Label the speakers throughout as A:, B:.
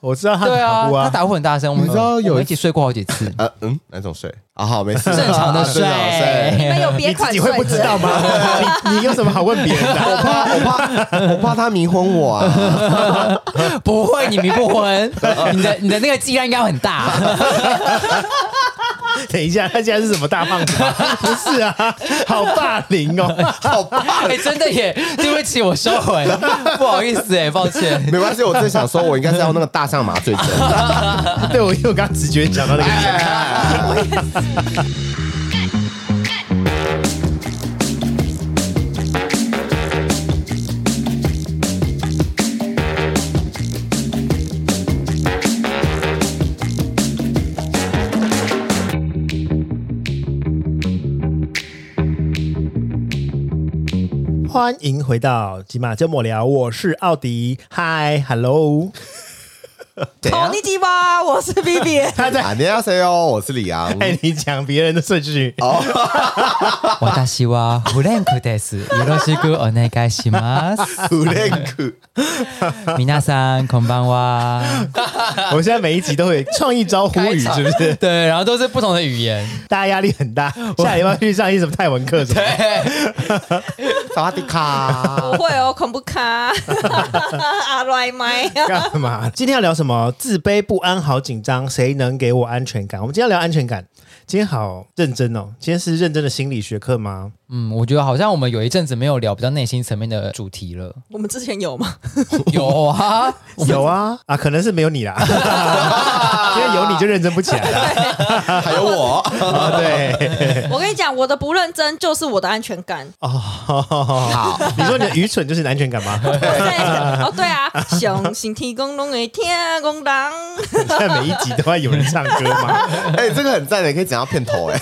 A: 我知道他
B: 对啊
A: 打呼啊
B: 他打呼很大声，我们
C: 你知道有，
B: 我们一起睡过好几次
C: 呃嗯，哪种睡啊？好，没事，
B: 正常的睡
C: 正常睡。
D: 你们有别款
A: 你会不知道吗？你你有什么好问别人的？
C: 我怕，我怕，我怕他迷昏我啊！
B: 不会，你迷不昏， 你的你的那个剂量应该很大，
A: 等一下，他现在是什么大胖子吗？不是啊，好霸凌哦！
C: 好吧，
B: 哎，真的耶，对不起，我收回，不好意思哎，抱 歉。
C: 没关系，我正想说，我应该是要那个大象麻醉针。
A: 对我，因为我刚刚直觉想到那个
C: 哎哎哎哎
A: 欢迎回到吉马周末聊，我是奥迪，嗨，hello，
C: 怎
D: 好，
C: 样
D: 哦你鸡巴，我 是 B B。
A: 他在
C: 啊，你好，C O，我是李昂。
A: 哎，你讲别人的顺序，
B: 私はフレンクです。よろしくお願いし ます。
C: 苦练苦，
B: 皆さんこんばんは。
A: 我们现在每一集都会有创意招呼语，是不是？
B: 对，然后都是不同的语言。
A: 大家压力很大，下礼拜去上一些什么泰文课什么的？
C: 萨瓦迪卡
D: 不。会哦，恐怖卡， 阿赖麦，
A: 干嘛？今天要聊什么？自卑、不安、好紧张，谁能给我安全感？我们今天要聊安全感。今天好认真哦，今天是认真的心理学课吗？
B: 嗯，我觉得好像我们有一阵子没有聊比较内心层面的主题了。
D: 我们之前有吗？
B: 有啊，
A: 有啊啊，可能是没有你啦，因为有你就认真不起来了。
C: 还有我，
A: 啊，对，
D: 我跟你讲，我的不认真就是我的安全感。
A: 哦，
C: 好，
A: 你说你的愚蠢就是你的安全感吗？
D: 对，哦对啊，相信天公拢会听公人，
A: 现在每一集都会有人唱歌吗？
C: 哎，这个很赞的，可以讲到片头哎。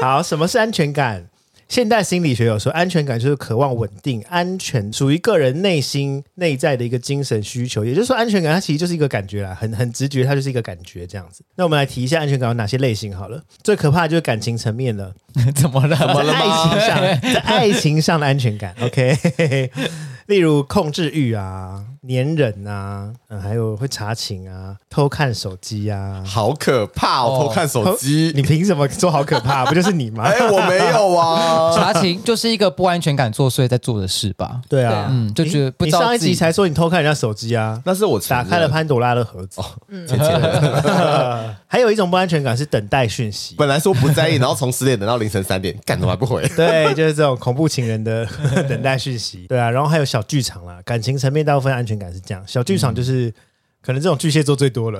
A: 好，什么是安全感？现代心理学有说，安全感就是渴望稳定、安全，属于个人内心内在的一个精神需求。也就是说，安全感它其实就是一个感觉啦，很很直觉，它就是一个感觉这样子。那我们来提一下安全感有哪些类型好了。最可怕的就是感情层面了，
B: 怎么了？怎
A: 在爱情上，在爱情上的安全感，OK，例 如控制欲啊、粘人啊，嗯，还有会查寝啊、偷看手机啊。
C: 好可怕哦！偷看手
A: 你
C: 机，
A: 凭什么说好可怕？不就是你吗？
C: 哎，我没有啊。
B: 查情就是一个不安全感作祟在做的事吧？
A: 对
D: 对
A: 啊
D: 啊，
B: 嗯，就觉得不
A: 你
B: 知道
A: 上一
B: 自己
A: 集才说你偷看人家手机啊，
C: 那是我
A: 打开了潘朵拉的盒
B: 哦
A: 子。嗯
C: 前前任，
A: 还有一种不安全感是等待讯息，
C: 本来说不在意，然后从十点等到凌晨三点，干怎么还不回？
A: 对，就是这种恐怖情人的 等待讯息。对啊，然后还有小剧场啦，感情层面大部分安全感是这样，小剧场就是。
B: 嗯
A: 可能这种巨蟹座最多 了，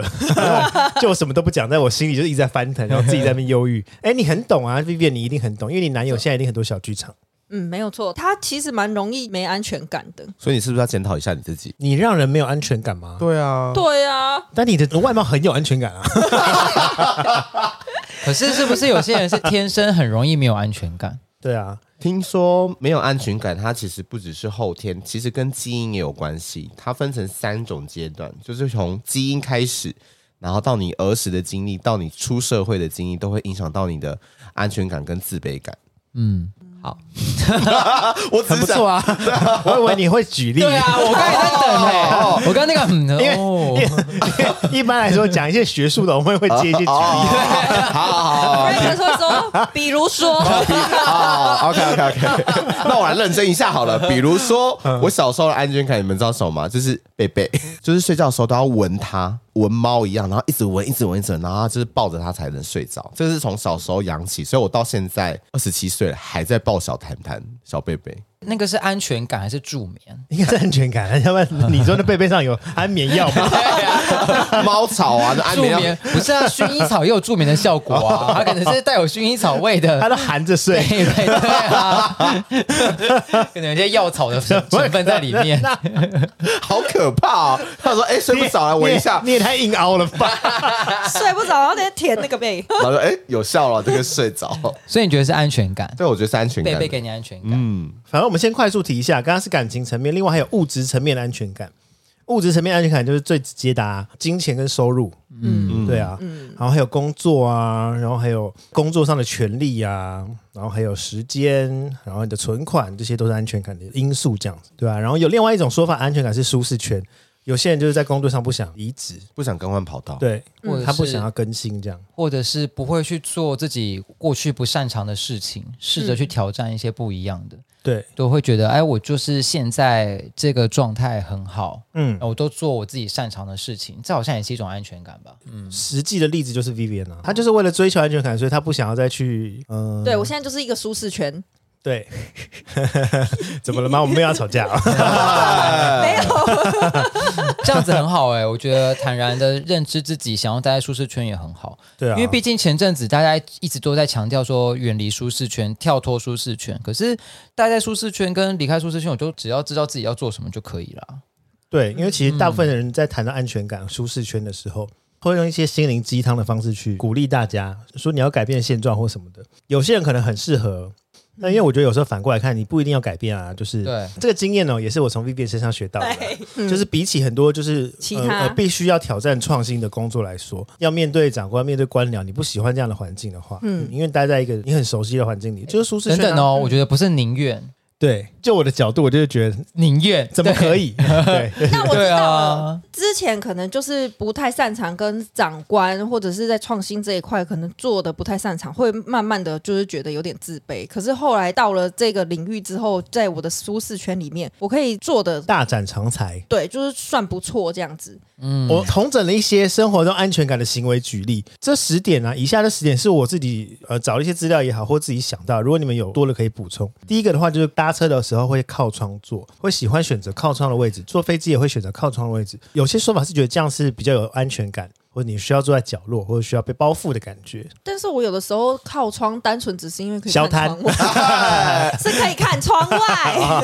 A: 就我什么都不讲，在我心里就一直在翻腾，然后自己在那边忧郁。哎、你很懂啊，Vivian，你一定很懂，因为你男
B: 啊
A: 友现在一定很多小剧场。
D: 嗯，没有错，他其实蛮容易没安全感的。
C: 所以你是不是要检讨一下你自己？
A: 你让人没有安全感吗？
C: 对啊，
D: 对啊，
A: 但你的外貌很有安全感 啊。
B: 可是是不是有些人是天生很容易没有安全感？
A: 对啊，
C: 听说没有安全感，它其实不只是后天，其实跟基因也有关系。它分成三种阶段，就是从基因开始，然后到你儿时的经历，到你出社会的经历，都会影响到你的安全感跟自卑感。
B: 嗯，
C: 我只
A: 很
C: 是
A: 不
C: 想
A: 错啊。我以为你会举例，
B: 对 啊，我刚才在等哎，我刚那个嗯哦，
A: 一般来说，讲一些学术的，我们会接一些举例。
C: 哦好好
A: 哦
C: 好
D: 瑞克说 说，比如说，
C: 好，OK OK OK，那 我来认真一下好了。比如说，
B: 嗯
C: 我小时候的安全感，你们知道什么吗？就是贝贝， 就是睡觉的时候都要闻它，闻猫一样，然后一直闻，一直闻，一直闻，然后就是抱着它才能睡着。这是从小时候养起，所以我到现在二十七岁了，还在抱小谈谈、小贝 贝。
B: 那个是安全感还是助眠？
A: 应该是安全感，要不然你说那背背上有安眠药吗？
C: 猫草啊，那安
B: 助
C: 眠药
B: 眠不是啊，薰衣草也有助眠的效果啊，它可能是带有薰衣草味的
A: 他都含着睡
B: 对。对对啊，可能有些药草的成成分在里面。
C: 好可怕哦！他说：“哎，睡不着，来闻一下。
A: 你也你也太硬凹了吧？
D: 睡不着，然后在舔那个背”，
C: 然后说：“哎，有效了，这个睡 着。
B: 所以你觉得是安全感”？
C: 对，我觉得是安全
B: 贝
C: 感
B: 贝。给你安全感，
C: 嗯，
A: 反正我们先快速提一下，刚刚是感情层面，另外还有物质层面的安全感。物质层面安全感就是最直接的、啊，金钱跟收入，
D: 嗯
A: 对啊，然后还有工作啊，然后还有工作上的权利啊，然后还有时间，然后你的存款，这些都是安全感的因素，这样子，对吧、然后有另外一种说法，安全感是舒适圈。有些人就是在工作上不想离职，
C: 不想更换跑 道。
A: 对
B: 或者是
A: 他不想要更新这样。
B: 或者是不会去做自己过去不擅长的事情，试着去挑战一些不一样的，
A: 对，
B: 都会觉得，哎，我就是现在这个状态很好，
A: 嗯，
B: 我都做我自己擅长的事情，这好像也是一种安全感吧？
A: 实际的例子就是 Vivian 啊，他就是为了追求安全感，所以他不想要再去，嗯、
D: 对我现在就是一个舒适圈，
A: 对，怎么了吗？我们没有要吵架、啊，
D: 没有，
B: 这样子很好哎、我觉得坦然的认知自己，想要待在舒适圈也很好，
A: 对啊，
B: 因为毕竟前阵子大家一直都在强调说远离舒适圈，跳脱舒适圈，可是待在舒适圈跟离开舒适圈，我就只要知道自己要做什么就可以了。
A: 对，因为其
B: 嗯
A: 实大部分的人在谈到安全感、舒适圈的时候，会用一些心灵鸡汤的方式
B: 嗯
A: 去鼓励大家，说你要改变现状或什么的。有些人可能很适合，那因为我觉得有时候反过来看，你不一定要改变啊。就是
B: 对
A: 这个经验哦，也是我从 Vivian 身上学到的啦。
D: 对，
A: 就是比起很多就是
D: 其
A: 呃
D: 他
A: 呃必须要挑战创新的工作来说，要面对长官、面对官僚，你不喜欢这样的环境的话，嗯，因为待在一个你很熟悉的环境里，就是舒适
B: 等
A: 圈、啊。
B: 等哦，我觉得不是宁愿
A: 对，就我的角度，我就觉得
B: 宁愿
A: 怎么
B: 对
A: 可以？ 对，
D: 那我知
B: 对
D: 道了。
B: 啊，
D: 之前可能就是不太擅长跟长官或者是在创新这一块，可能做的不太擅长，会慢慢的就是觉得有点自卑。可是后来到了这个领域之后，在我的舒适圈里面，我可以做的
A: 大展长才。
D: 对，就是算不错这样子。
A: 我统整了一些生活中安全感的行为举例，这十点啊，以下的十点是我自己呃找了一些资料也好，或自己想到，如果你们有多了可以补充。第一个的话就是搭车的时候会靠窗坐，会喜欢选择靠窗的位置，坐飞机也会选择靠窗的位置。有些说法是觉得这样是比较有安全感，或者你需要坐在角落，或者需要被包覆的感觉。
D: 但是我有的时候靠窗，单纯只是因为可以
A: 小
D: 看
A: 摊
D: 窗外，是可以看窗外。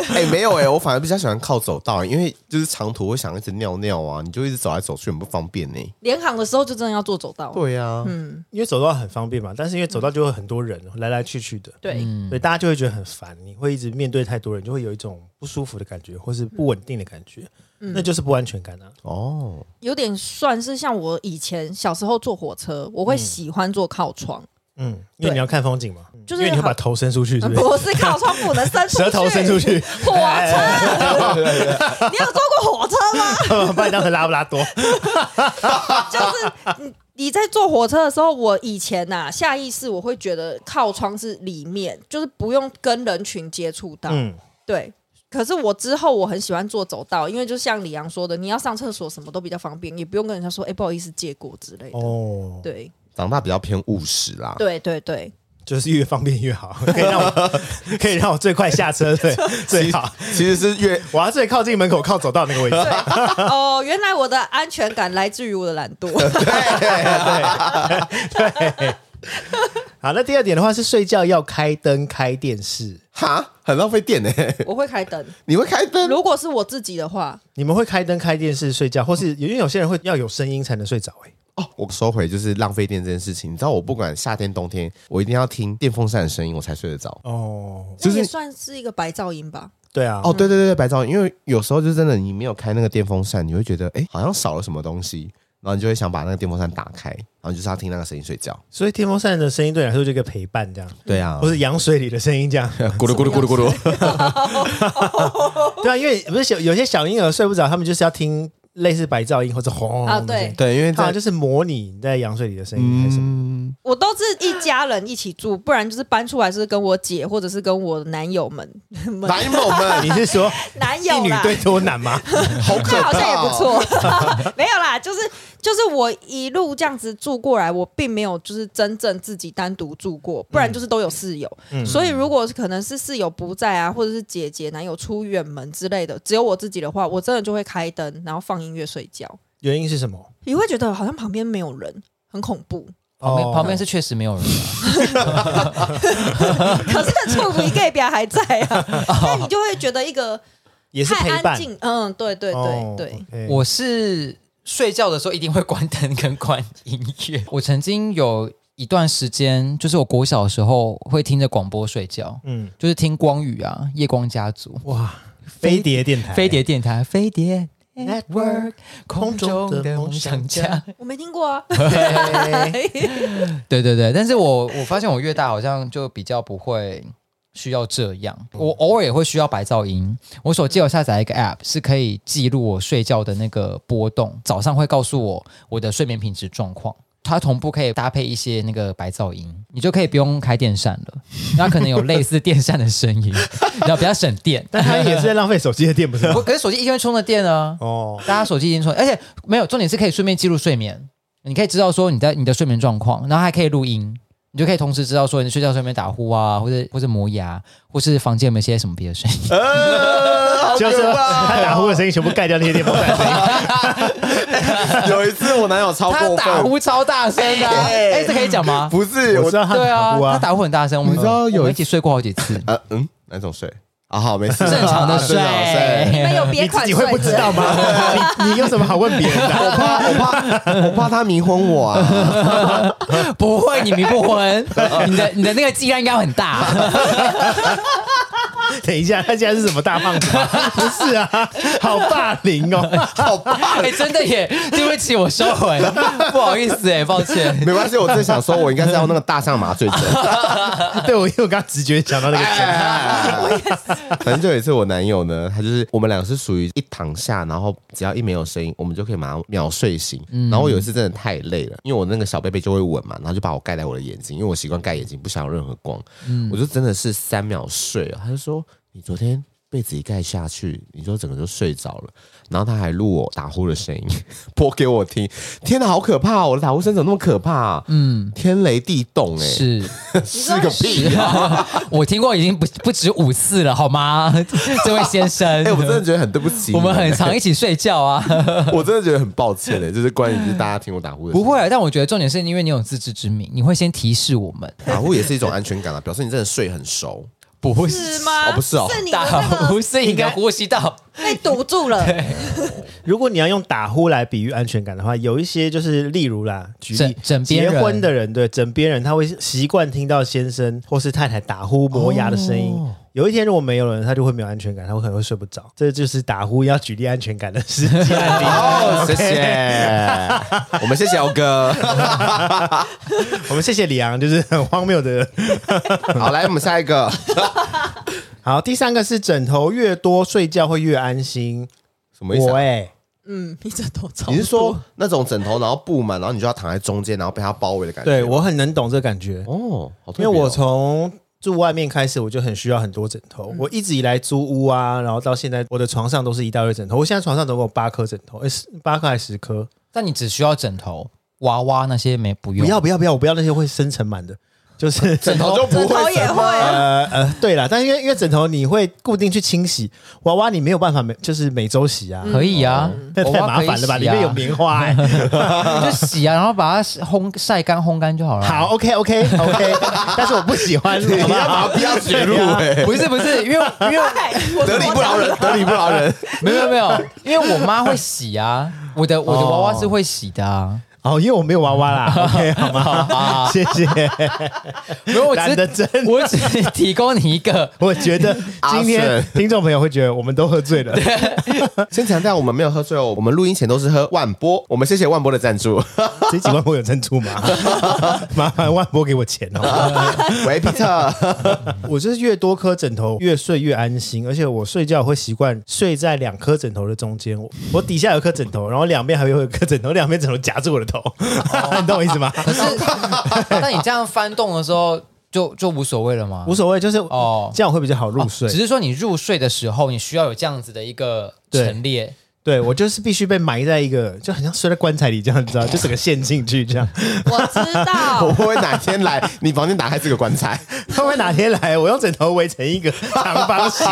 C: 哎、没有哎、我反而比较喜欢靠走道，因为就是长途会想一直尿尿啊，你就一直走来走去很不方便欸呢、
D: 联航的时候就真的要做走道，
C: 对啊，
A: 因为走道很方便嘛，但是因为走道就会很多人来来去去的，
D: 对，
A: 所以大家就会觉得很烦，你会一直面对太多人，就会有一种不舒服的感觉，或是不稳定的感觉，那就是不安全感啊。
C: 哦，
D: 有点算是像我以前小时候坐火车，我会喜欢坐靠窗。
A: 嗯，因为
D: 对
A: 你要看风景嘛，
D: 就是
A: 因为你会
D: 好
A: 把头伸出去，是不是？
D: 不是靠窗户能伸出去，
A: 舌头伸出去，哎
D: 火车，你有坐过火车吗？
A: 把你当成拉布拉多。
D: 就是嗯你在坐火车的时候，我以前呐、下意识我会觉得靠窗是里面，就是不用跟人群接触到。
A: 嗯，
D: 对，可是我之后我很喜欢坐走道，因为就像李阳说的，你要上厕所什么都比较方便，也不用跟人家说哎、不好意思借过之类的。
A: 哦，
D: 对
C: 长大比较偏务实啦。
D: 对对对，
A: 就是越方便越好，可以让我可以让我最快下车，对，最好。
C: 其实是越
A: 我要最靠近门口靠走道那个位置。
D: 哦，原来我的安全感来自于我的懒 惰。
A: 好，那第二点的话是睡觉要开灯、开电视。
C: 哈很浪费电呢、欸
D: 我会开灯，
C: 你会开灯？
D: 如果是我自己的话，
A: 你们会开灯、开电视睡觉，或是因为有些人会要有声音才能睡着、欸。
C: 哦，我收回就是浪费电这件事情。你知道我不管夏天冬天，我一定要听电风扇的声音，我才睡得着。
A: 哦，
D: 这
C: 就是
D: 也算是一个白噪音吧。
A: 对啊，
C: 哦，对对对对，白噪音，因为有时候就真的你没有开那个电风扇，你会觉得哎、诶好像少了什么东西，然后你就会想把那个电风扇打开，然后就是要听那个声音睡觉。
A: 所以电风扇的声音对你来说就一个陪伴，这样，
C: 对啊
A: 或，是羊水里的声音这 样。
C: 咕噜咕噜咕噜咕噜，
A: 对啊，因为不是有有些小婴儿睡不着，他们就是要听类似白噪音或者轰
D: 啊对
C: 对，因为
A: 它
C: 在
A: 就是模拟你在羊水里的声音还是什么。
C: 嗯，
D: 我都是一家人一起住，不然就是搬出来就是跟我姐或者是跟我男友们们
C: 男友们，
A: 你是 说
D: 男
A: 一
D: 友
A: 女
D: 啦，
A: 对多难吗？
C: 好可
D: 那
C: 怕、
D: 好像也不。错， 没有啦，就是就是我一路这样子住过来，我并没有就是真正自己单独住过，不然就是都有室友。所以如果可能是室友不在啊，或者是姐姐、男友出远门之类的，只有我自己的话，我真的就会开灯，然后放音乐睡觉。
A: 原因是什么？
D: 你会觉得好像旁边没有人，很恐怖。
B: 旁边、
A: 哦
B: 旁边是确实没有人、啊，
D: 可是处女 gay 表还在啊，那你就会觉得一个
A: 也是
D: 太
A: 陪
D: 安
A: 伴。
D: 静。嗯，对对
A: 哦
D: 对对，
A: 对
B: 我是睡觉的时候一定会关灯跟关音乐。我曾经有一段时间，就是我国小的时候会听着广播睡觉，
A: 嗯，
B: 就是听光宇啊、夜光家族、
A: 哇，飞碟电台，
B: 飞碟电台、飞碟
A: Network，
B: Network、空中的梦想家。
D: 我没听过啊。
A: 嘿
B: 对对对，但是我我发现我越大好像就比较不会需要这样。我偶尔也会需要白噪音。我手机有下载一个 App，是可以记录我睡觉的那个波动，早上会告诉我我的睡眠品质状况。它同步可以搭配一些那个白噪音，你就可以不用开电扇了。那可能有类似电扇的声音， 然后比较省电。
A: 但他也是在浪费手机的电，不是 吗？
B: 我可是手机一定会充的电啊。
A: 哦，
B: 大家手机已经充，而且没有重点是可以顺便记录睡眠，你可以知道说你在你的睡眠状况，然后还可以录音，你就可以同时知道说你睡觉睡眠打呼啊，或者或者磨牙，或是房间有没有一些什么别的声音。
C: 呃，好
A: 就是
C: 可怕
A: 他打呼的声音全部盖掉那些 电风扇的声音。
C: 有一次我男友超
B: 他
C: 过
B: 打
C: 分，
B: 呼超大声的、啊，
C: 对
B: 哎、这可以讲 吗？
C: 不是
A: 我
C: 我
A: 知道他
B: 对
A: 打
B: 啊
A: 呼，
B: 他打呼很大声，我们
C: 你知道有，
B: 我们一起睡过好几次
C: 呃嗯，哪种睡啊？好，没事，啊
B: 正常的 睡
C: 正常的睡。
D: 你们有别
A: 你自
D: 款
A: 己
D: 睡
A: 会不知道 吗？你你有什么好问别人
C: 我
A: 的？
C: 怕，我怕，我怕他迷昏我啊！
B: 不会，你迷不昏，你的你的那个剂量应该很大，
A: 等一下，他现在是什么大胖子 啊？不是啊，好霸凌哦！
C: 好吧，
B: 哎、真的耶，对不起，我收回，不好意思哎、抱歉。
C: 没关系，我正想说，我应该是要那个大象麻醉针。
A: 对我，因为我刚刚直觉想到那 个
B: 哎
A: 词。
C: 反正就有一次，我男友呢，他就是我们两个是属于一躺下，然后只要一没有声音，我们就可以马上秒睡醒。
B: 嗯
C: 然后我有一次真的太累了，因为我那个小贝贝就会吻嘛，然后就把我盖在我的眼睛，因为我习惯盖眼睛，不想有任何光。
B: 嗯
C: 我就真的是三秒睡了，他就说：“你昨天被子一盖下去，你就整个就睡着了。”然后他还录我打呼的声音 播给我听，天哪，好可怕、哦！我的打呼声怎么那么可怕、啊？嗯，天雷地动哎、欸，
B: 是，
C: 是个 屁啊！
B: 我听过已经不不止五次了，好吗？ 这位先生，
C: 哎、我真的觉得很对不起你
B: 我
C: 们
B: 们很常一起睡 觉啊。
C: 我真的觉得很抱歉 的，就是关于就是大家听我打呼的事
B: 不
C: 情，
B: 会，啊但我觉得重点是因为你有自知之明，你会先提示我们。
C: 打呼也是一种安全感啊，表示你真的睡很熟。
B: 不
D: 是吗？
C: 哦不是哦
D: 是你的
B: 打
D: 那个
B: 呼是你的呼吸道，
D: 被堵住了，
A: 如果你要用打呼来比喻安全感的话，有一些就是例如啦，举例
B: 枕枕边
A: 结
B: 人
A: 婚的人，对枕边人，他会习惯听到先生或是太太打呼磨牙的声音。
B: 哦
A: 有一天如果没有了，他就会没有安全感，他会可能会睡不着。这就是打呼要举例安全感的实 际案例。
C: 哦，谢谢， 我们谢谢欧哥。
A: 我们谢谢李昂，就是很荒谬的人。
C: 好，来我们下一个，
A: 好，第三个是枕头越多，睡觉会越安心。
C: 什么意思
A: 我
C: 啊、
A: 哎、
D: 嗯，你这头超。
C: 你是说那种枕头然后布满，然后你就要躺在中间，然后被它包围的感觉？
A: 对我很能懂这感觉，
C: 哦，好特别
A: 因为
C: 哦
A: 我从住外面开始，我就很需要很多枕
C: 嗯
A: 头。我一直以来租屋啊，然后到现在，我的床上都是一大堆枕头。我现在床上总共有八颗枕头，哎、十八颗还是十颗？
B: 但你只需要枕头、娃娃那些没不
A: 不
B: 用。
A: 要不要不要，我不要那些会生尘螨的，就是
C: 枕头就不
D: 枕头
C: 会
D: 也
C: 生
D: 会
C: 吗
D: 啊
A: 呃呃，对啦，但因为因为枕头你会固定去清洗，娃娃你没有办法每就是每周洗啊，
C: 嗯
B: 可以啊，
A: 那太
B: 娃娃
A: 麻
B: 可以
A: 烦了吧？
B: 洗
A: 里
B: 啊
A: 面有棉花、哎
B: 就洗啊，然后把它烘晒干、烘干就好了。
A: 好，，OK OK OK，但 是我不喜 欢，
C: 你
A: 好
C: 要
A: 不好
C: 把它标绝路哎、
D: 欸
B: 不是不是，因为因为
D: 哎我
C: 得理
D: 我
C: 不饶 人，得理不饶人。
B: 没有没有，因为我妈会洗啊，我的我的娃娃是会洗的啊。
A: 哦，因为我没有娃娃啦，OK 好吗？ 谢谢。
B: 没有，我只
A: 懒得
B: 是
A: 真
B: 我只是提供你一 个
A: 我觉得今天
C: Awesome
A: 听众朋友会觉得我们都喝醉了，
C: 先强调，我们没有喝醉哦，我们录音前都是喝万波，我们谢谢万波的赞 助。
A: 这几万波有珍珠 吗？麻烦万波给我钱哦。
C: 喂，皮特，
A: 我就是越多颗枕头越睡越安心，而且我睡觉会习惯睡在两颗枕头的中间，我我底下有颗枕头，然后两边还有一颗枕头，两边枕头夹住我的头， 你懂我意思吗？
B: 可是， 那你这样翻动的时候，就就无所谓了吗？
A: 无所谓，就是
B: 哦
A: 这样会比较好入睡
B: 只。是说你入睡的时候，你需要有这样子的一个
A: 对
B: 陈列。
A: 对我就是必须被埋在一个，就很像睡在棺材里这样，你知道，就整个陷进去 这样。
D: 我知
C: 我
D: 道
C: 会，不会哪天来你房间打开这个棺材？
A: 他会哪天来，我用枕头围成一个长方形。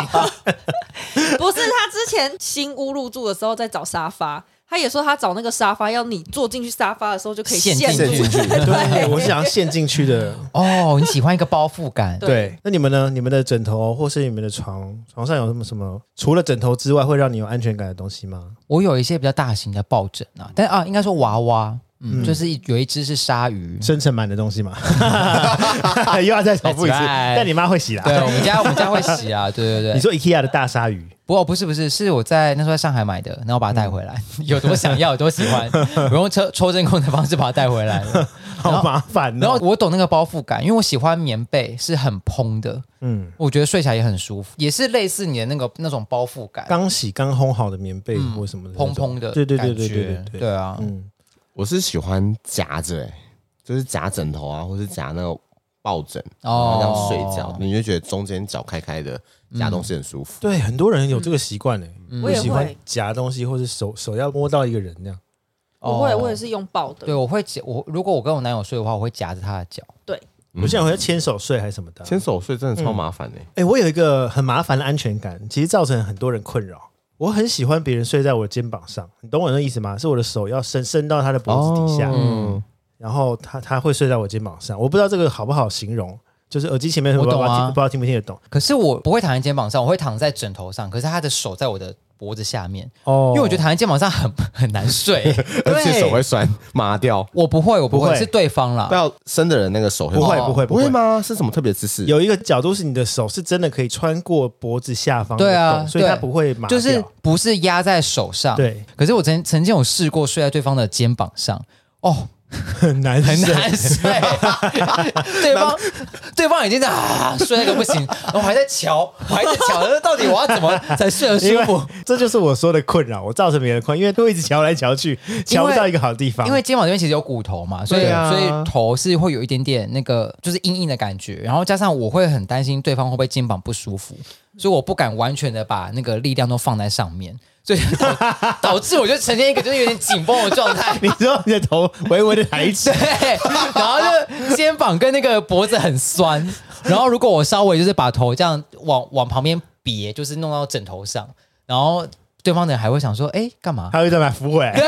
D: 不是他之前新屋入住的时候在找沙发，他也说他找那个沙发，要你坐进去沙发的时候就可以
B: 陷进
D: 陷住。
B: 去
A: 对，我是想要陷进去的。
B: 哦，你喜欢一个包覆感，
D: 对
A: 对，那你们呢？你们的枕头或是你们的床床上有什么什么？除了枕头之外，会让你有安全感的东西吗？
B: 我有一些比较大型的抱枕啊，但啊，应该说娃娃，嗯，就是一有一只是鲨 鱼。
A: 深层满的东西吗？ 又要再重复一次，
B: That's right
A: 但你妈会洗啦
B: 对，。我们家我们家会洗啊，对对
A: 你
B: 对，
A: 说 IKEA 的大鲨鱼，
B: 不过不是不是，是我在那时候在上海买的，然后把它带回来， 有多想要有多喜欢，我用抽抽真空的方式把它带回来了。
A: 好麻烦
B: 然后
A: 哦。
B: 我懂那个包覆感，因为我喜欢棉被是很蓬的，
A: 嗯，
B: 我觉得睡起来也很舒服，也是类似你的那个那种包覆感，
A: 刚洗刚烘好的棉被或什么的那
B: 嗯
A: 种，
B: 蓬蓬的感觉，
A: 对对对对对对对
B: 对啊，
A: 嗯，
C: 我是喜欢夹着、欸，就是夹枕头啊，或是夹那个抱枕，然
B: 哦
C: 后这样睡觉，
B: 嗯
C: 你就觉得中间脚开开的夹东西很舒服。
A: 对，很多人有这个习惯诶，
B: 嗯
C: 嗯
D: 我也
A: 喜欢
D: 会，
A: 夹东西，或是手手要摸到一个人那样。
D: 我会，
B: 哦
D: 我也是用抱的
B: 对，。我会夹我如果我跟我男友睡的话，我会夹着他的脚。嗯
A: 有些人会牵手睡还是什么的啊。
C: 牵手睡真的超麻烦的、欸
A: 哎、我有一个很麻烦的安全感，其实造成很多人困扰。我很喜欢别人睡在我的肩膀上，你懂我的意思吗？是我的手要伸伸到他的脖子底
B: 哦
A: 下，
C: 嗯，
A: 然后他他会睡在我肩膀上。我不知道这个好不好形容，就是耳机前面的朋友
B: 我
A: 不
B: 懂啊
A: 知道听不知道听不听得懂
B: 可是我不会躺在肩膀上，我会躺在枕头上，可是他的手在我的脖子下面，
A: 哦
B: 因为我觉得躺在肩膀上很很难 睡。
C: 而且
A: 对
C: 手会酸麻掉。
B: 我不会，我不
A: 不
B: 会，
A: 会
B: 是对方啦。
C: 到生的人那个手
A: 不会
C: 麻
A: 不会
C: 不
A: 不
C: 会
A: 会
C: 吗？是什么特别姿势？
A: 有一个角度是你的手是真的可以穿过脖子下方的
B: 对啊
A: 洞所以它
B: 对
A: 不会麻掉。
B: 就是不是压在手上，
A: 对。
B: 可是我曾曾经有试过睡在对方的肩膀上，哦，
A: 很难
B: 很
A: 睡
B: 难睡。对方对方已经在啊睡那个不行，我还在瞧，我还在瞧，呃到底我要怎么才睡得舒
A: 因为
B: 服？
A: 这就是我说的困扰，我造成别人的困扰，因为都一直瞧来瞧去，瞧不到一个好地方。。
B: 因为肩膀这边其实有骨头嘛，所以、
C: 对啊
B: 所以头是会有一点点那个就是硬硬的感觉，然后加上我会很担心对方会不会肩膀不舒服，所以我不敢完全的把那个力量都放在上面，所以导导致我就呈现一个就是有点紧绷的状态
A: 你说你的头微微的抬起
B: 对，，然后就肩膀跟那个脖子很酸，然后如果我稍微就是把头这样往往旁边别，就是弄到枕头上，然后对方的人还会想说，哎，干嘛？
A: 他会再把它扶回来。
B: 对，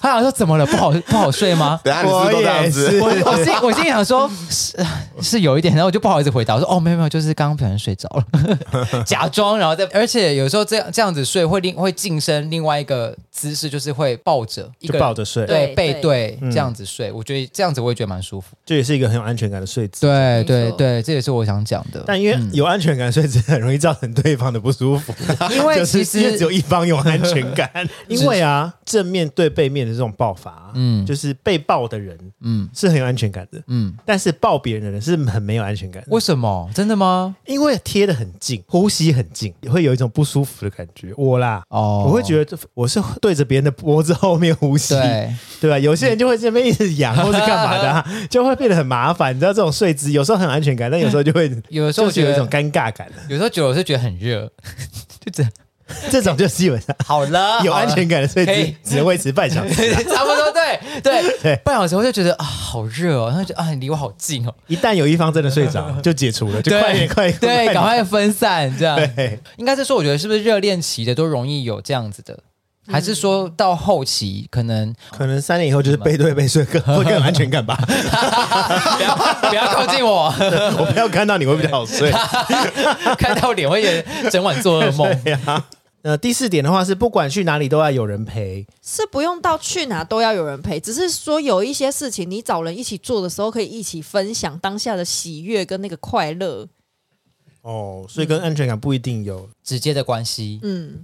B: 他想说怎么了？不好不好睡吗？
C: 等一下啊你是不是都这样
A: 我也
C: 子
A: 是？
B: 我我心我心里想说，是是有一点，然后我就不好意思回答，我说哦，没有没有，就是刚刚不小心睡着了，假装，然后再，而且有时候这样这样子睡会另会晋升另外一个姿势，就是会抱着一
A: 就
B: 个
A: 抱着睡，
B: 对
D: 对
B: 背对
A: 嗯
B: 这样子睡，我觉得这样子我也觉得蛮舒服。
A: 这也是一个很有安全感的睡姿。
B: 对
D: 没
B: 对
D: 错
B: 对，这也是我想讲的。
A: 但因为有安全感，所以真的很容易造成对方的不舒服。
B: 因为
A: 就是
B: 其
A: 因为只有
B: 实
A: 一方有安全 感，因为啊，正面对背面的这种爆发，
B: 嗯
A: 嗯，就是被爆的人
B: 嗯
A: 是很有安全感的，
B: 嗯，
A: 但是抱别人的人是很没有安全感的。
B: 为什么？真的吗？
A: 因为贴得很近，呼吸很近，也会有一种不舒服的感觉。我啦，
B: 哦
A: 我会觉得我是对着别人的脖子后面呼吸，
B: 对，
A: 对吧？有些人就会这边一直 痒或是干嘛的啊、就会变得很麻烦。你知道这种睡姿有时候很安全感，但有时候就会
B: 有的时候
A: 就是有一
B: 觉
A: 种
B: 得
A: 尴尬感。
B: 有时候久了我是觉得很热，就这样
A: 这种就基本 上
B: 好了，
A: 有
B: 好
A: 安
B: 了
A: 全感的睡
B: 可以
A: 姿只能维持半小 时。
B: 差不多，对对
A: 对，
B: 半小时后就觉得啊，好热哦，然后就啊，你离我好近哦，
A: 一旦有一方真的睡着，就解除了，就
B: 对
A: 快点快点，
B: 对，
A: 点
B: 赶快分散这样。
A: 对。
B: 应该是说，我觉得是不是热恋期的都容易有这样子的，还是说
A: 嗯
B: 到后期可能
A: 可能三年以后就是背对背睡 更会更有安全感吧。
B: 不要不要靠近我，
A: 我不要看到你会比较好睡。
B: 看到脸会有点整晚做噩梦。
A: 对呀。呃，第四点的话是，不管去哪里都要有人陪。
D: 是不用到去哪都要有人陪，只是说有一些事情你找人一起做的时候，可以一起分享当下的喜悦跟那个快乐。
A: 哦，所
B: 嗯
A: 以跟安全感不一定有。
B: 直接的关系，
D: 嗯，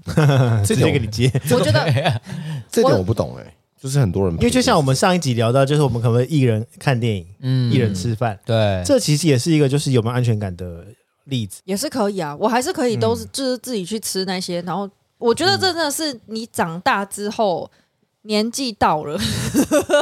A: 直接给你接，
D: 我觉得
C: 这点
D: 我
C: 我不懂哎、就是很多人陪，
A: 因为就像我们上一集聊到，就是我们可不可以一人看电影，
B: 嗯
A: 一人吃饭，
B: 对，
A: 这其实也是一个就是有没有安全感的例 子。
D: 也是可以啊，我还是可以
A: 嗯
D: 都是就是自己去吃那些，然后我觉得真的是你长大之后。年纪到了，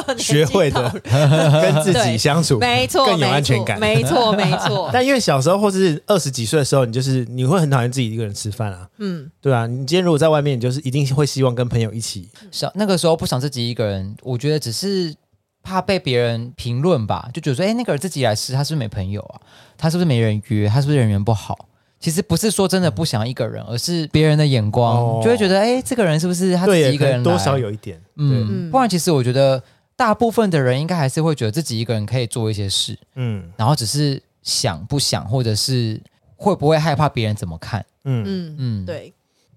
D: 年纪
A: 学会
D: 到
A: 的
D: 了，
A: 跟自己
D: 对
A: 相 处，
D: 没错，
A: 更有
D: 没
A: 安全
D: 错
A: 感
D: 没错，没错。
A: 但因为小时候或是二十几岁的时候，你就是你会很讨厌自己一个人吃饭啊，
D: 嗯，
A: 对啊。你今天如果在外面，你就是一定会希望跟朋友一起。
B: 想那个时候不想自己一个人，我觉得只是怕被别人评论吧，就觉得说，哎、那个人自己来吃，他是不是没朋友啊？他是不是没人约？他是不是人缘不好？其实不是说真的不想一个人，而是别人的眼光、
A: 哦
B: 就会觉得，哎、这个人是不是他自
A: 对，
B: 己
A: 也
B: 一个
A: 可
B: 人
A: 能
B: 来
A: 多少，有一点，对，
B: 嗯，不然其实我觉得大部分的人应该还是会觉得自己一个人可以做一些事，
A: 嗯
B: 然后只是想不想，或者是会不会害怕别人怎么看？
A: 嗯
D: 嗯，
B: 嗯，，
D: 对，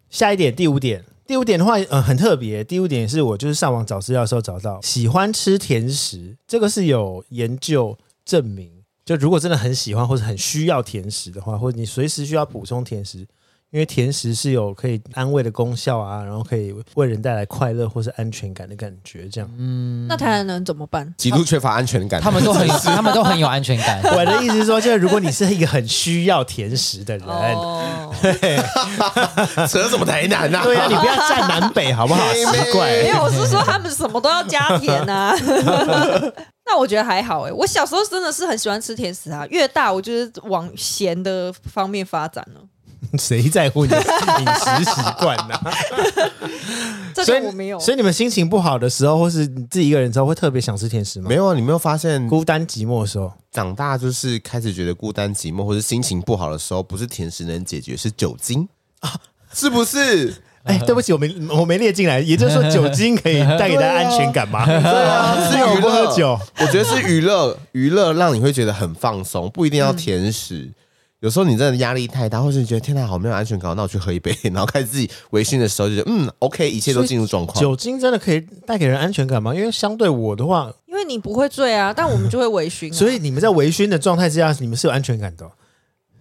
A: 下一点，第五点，第五点的话，呃，很特别。第五点是我就是上网找资料的时候找到，喜欢吃甜食，这个是有研究证明，就如果真的很喜欢或者很需要甜食的话，或者你随时需要补充甜食，因为甜食是有可以安慰的功效啊，然后可以为人带来快乐或是安全感的感觉，这样。
D: 那台南人怎么办？
C: 极度缺乏安全感。
B: 他们都 很有，他们都很有安全感。
A: 我的意思是说，就是如啊果你是一个很需要甜食的人，
D: 哦，
C: 扯什么台南呐、
A: 对啊，你不要站南北好不好？
C: 妹妹
A: 奇怪
D: 没，有，我是说他们什么都要加甜啊。 那我觉得还好哎、我小时候真的是很喜欢吃甜食啊，越大我就是往咸的方面发展了。
A: 谁在乎你的饮食习惯呢？
D: 这
A: 所
D: 个
A: 以
D: 我没有，
A: 所以你们心情不好的时候，或是你自己一个人之后，会特别想吃甜食吗？
C: 没有啊，你没有发现
A: 孤单寂寞的时候，
C: 长大就是开始觉得孤单寂寞，或者心情不好的时候，不是甜食能解决，是酒精啊，是不 是？
A: 哎，对不起，我没 我没列进来，也就是说酒精 可以带给大家安全感吗？ 对
C: 啊是娱乐
A: 我不喝酒，
C: 我觉得是娱 乐，娱乐让你会觉得很放松，不一定要甜食。有时候你真的压力太大，或是你觉得天哪好没有安全感，那我去喝一杯，然后开始自己微醺的时候就觉得嗯，OK，一切都进入状况。
A: 酒精真的可以带给人安全感吗？因为相对我的话，
D: 因为你不会醉啊，但我们就会微醺、啊。
A: 所以你们在微醺的状态之下，你们是有安全感的哦，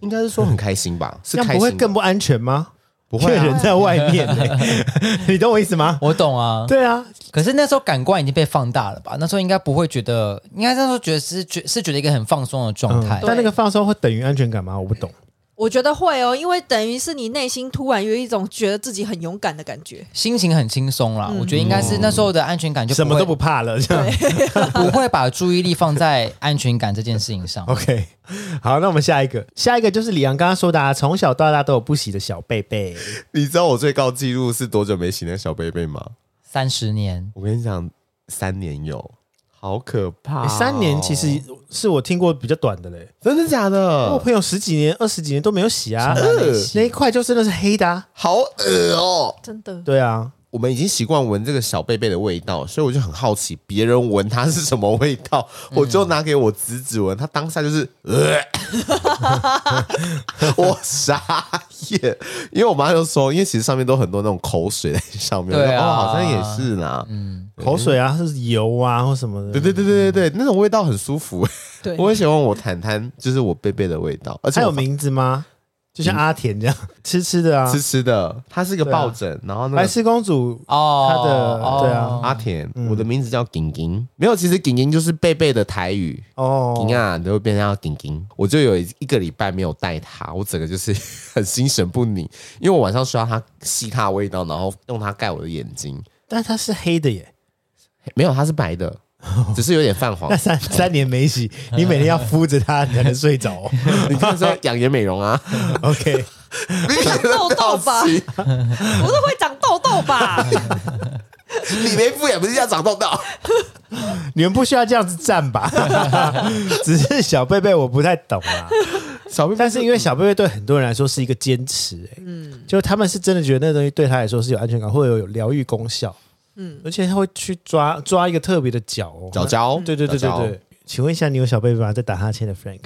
C: 应该是说很开心吧？是
A: 这样
C: 开
A: 不
C: 心
A: 会
C: 的
A: 更不安全吗？
C: 不会
A: 因为
C: 啊
A: 人在外 面欸，你懂我意思吗？
B: 我懂啊，
A: 对啊，
B: 可是那时候感官已经被放大了吧？那时候应该不会觉得，应该那时候觉得是觉是觉得一个很放松的状态。
D: 对
A: 但那个放松会等于安全感吗？我不懂。
D: 我觉得会哦，因为等于是你内心突然有一种觉得自己很勇敢的感觉。
B: 心情很轻松啦，我觉得应该是那时候的安全感就
A: 什么
B: 会
A: 都不怕了，这样。
B: 不会把注意力放在安全感这件事情上。
A: OK，好，那我们下一个，下一个就是李阳刚刚说的、啊，从小到大都有不洗的小贝贝，
C: 你知道我最高纪录是多久没洗那个小贝贝吗？
B: 三十年，
C: 我跟你讲，三年有，好可怕哦、
A: 三年其实是我听过比较短的嘞。
C: 真的假
A: 我
C: 的？
A: 朋友十几年、呃二十几年都没有洗啊，那一块就真的是黑的、啊。
C: 好恶哦、
D: 真的，
A: 对啊，
C: 我们已经习惯闻这个小贝贝的味道，所以我就很好奇别人闻它是什么味道。我就拿给我侄子闻，他当下就是，呃、我傻眼。因为我妈就说，因为其实上面都很多那种口水在上面，我就
B: 对啊
C: 哦，好像也是啦。
A: 口水啊，是油啊或什么
C: 对
A: 的。
C: 对对对对对，那种味道很舒服。
D: 对，
C: 我很喜欢我坦坦，就是我贝贝的味道，而且
A: 它
C: 我
A: 有
C: 发
A: 名字吗？就像阿田这样， 吃吃的啊
C: 吃。吃的，它是个
A: 对啊
C: 抱枕，然后那
A: 白
C: 个
A: 痴公主
B: 哦，
A: 他的
B: 哦
A: 对啊
C: 阿田，我的名字叫景景，没有，其实景景就是贝贝的台语，
A: 哦，
C: 景啊，你就会变成叫景景。我就有一个礼拜没有带它，我整个就是 很心神不宁，因为我晚上需要它吸它的味道，然后用它盖我的眼睛。
A: 但它是黑的耶。
C: 没有，它是 白的，只是有点泛黄
A: 那。三三年没洗，你每天要敷着它，你才能睡 着、哦。
C: 你看说养颜美容啊，
A: OK，
D: 长痘痘 吧，不是会长痘痘 吧？
C: 你没敷也不是要长痘痘。
A: 你们不需要这样子站吧？ 只是小贝贝我不太懂啊，
C: 小贝贝
A: 但是因为小贝贝对很多人来说是一个坚持、欸，嗯，就他们是真的觉得那东西对他来说是有安全感，或者有疗愈功效，嗯，而且他会去抓抓一个特别的脚、哦，
C: 脚，脚，
A: 对对对对
C: 脚脚
A: 对。请问一下，你有小贝贝吗？在打哈欠的 Frank，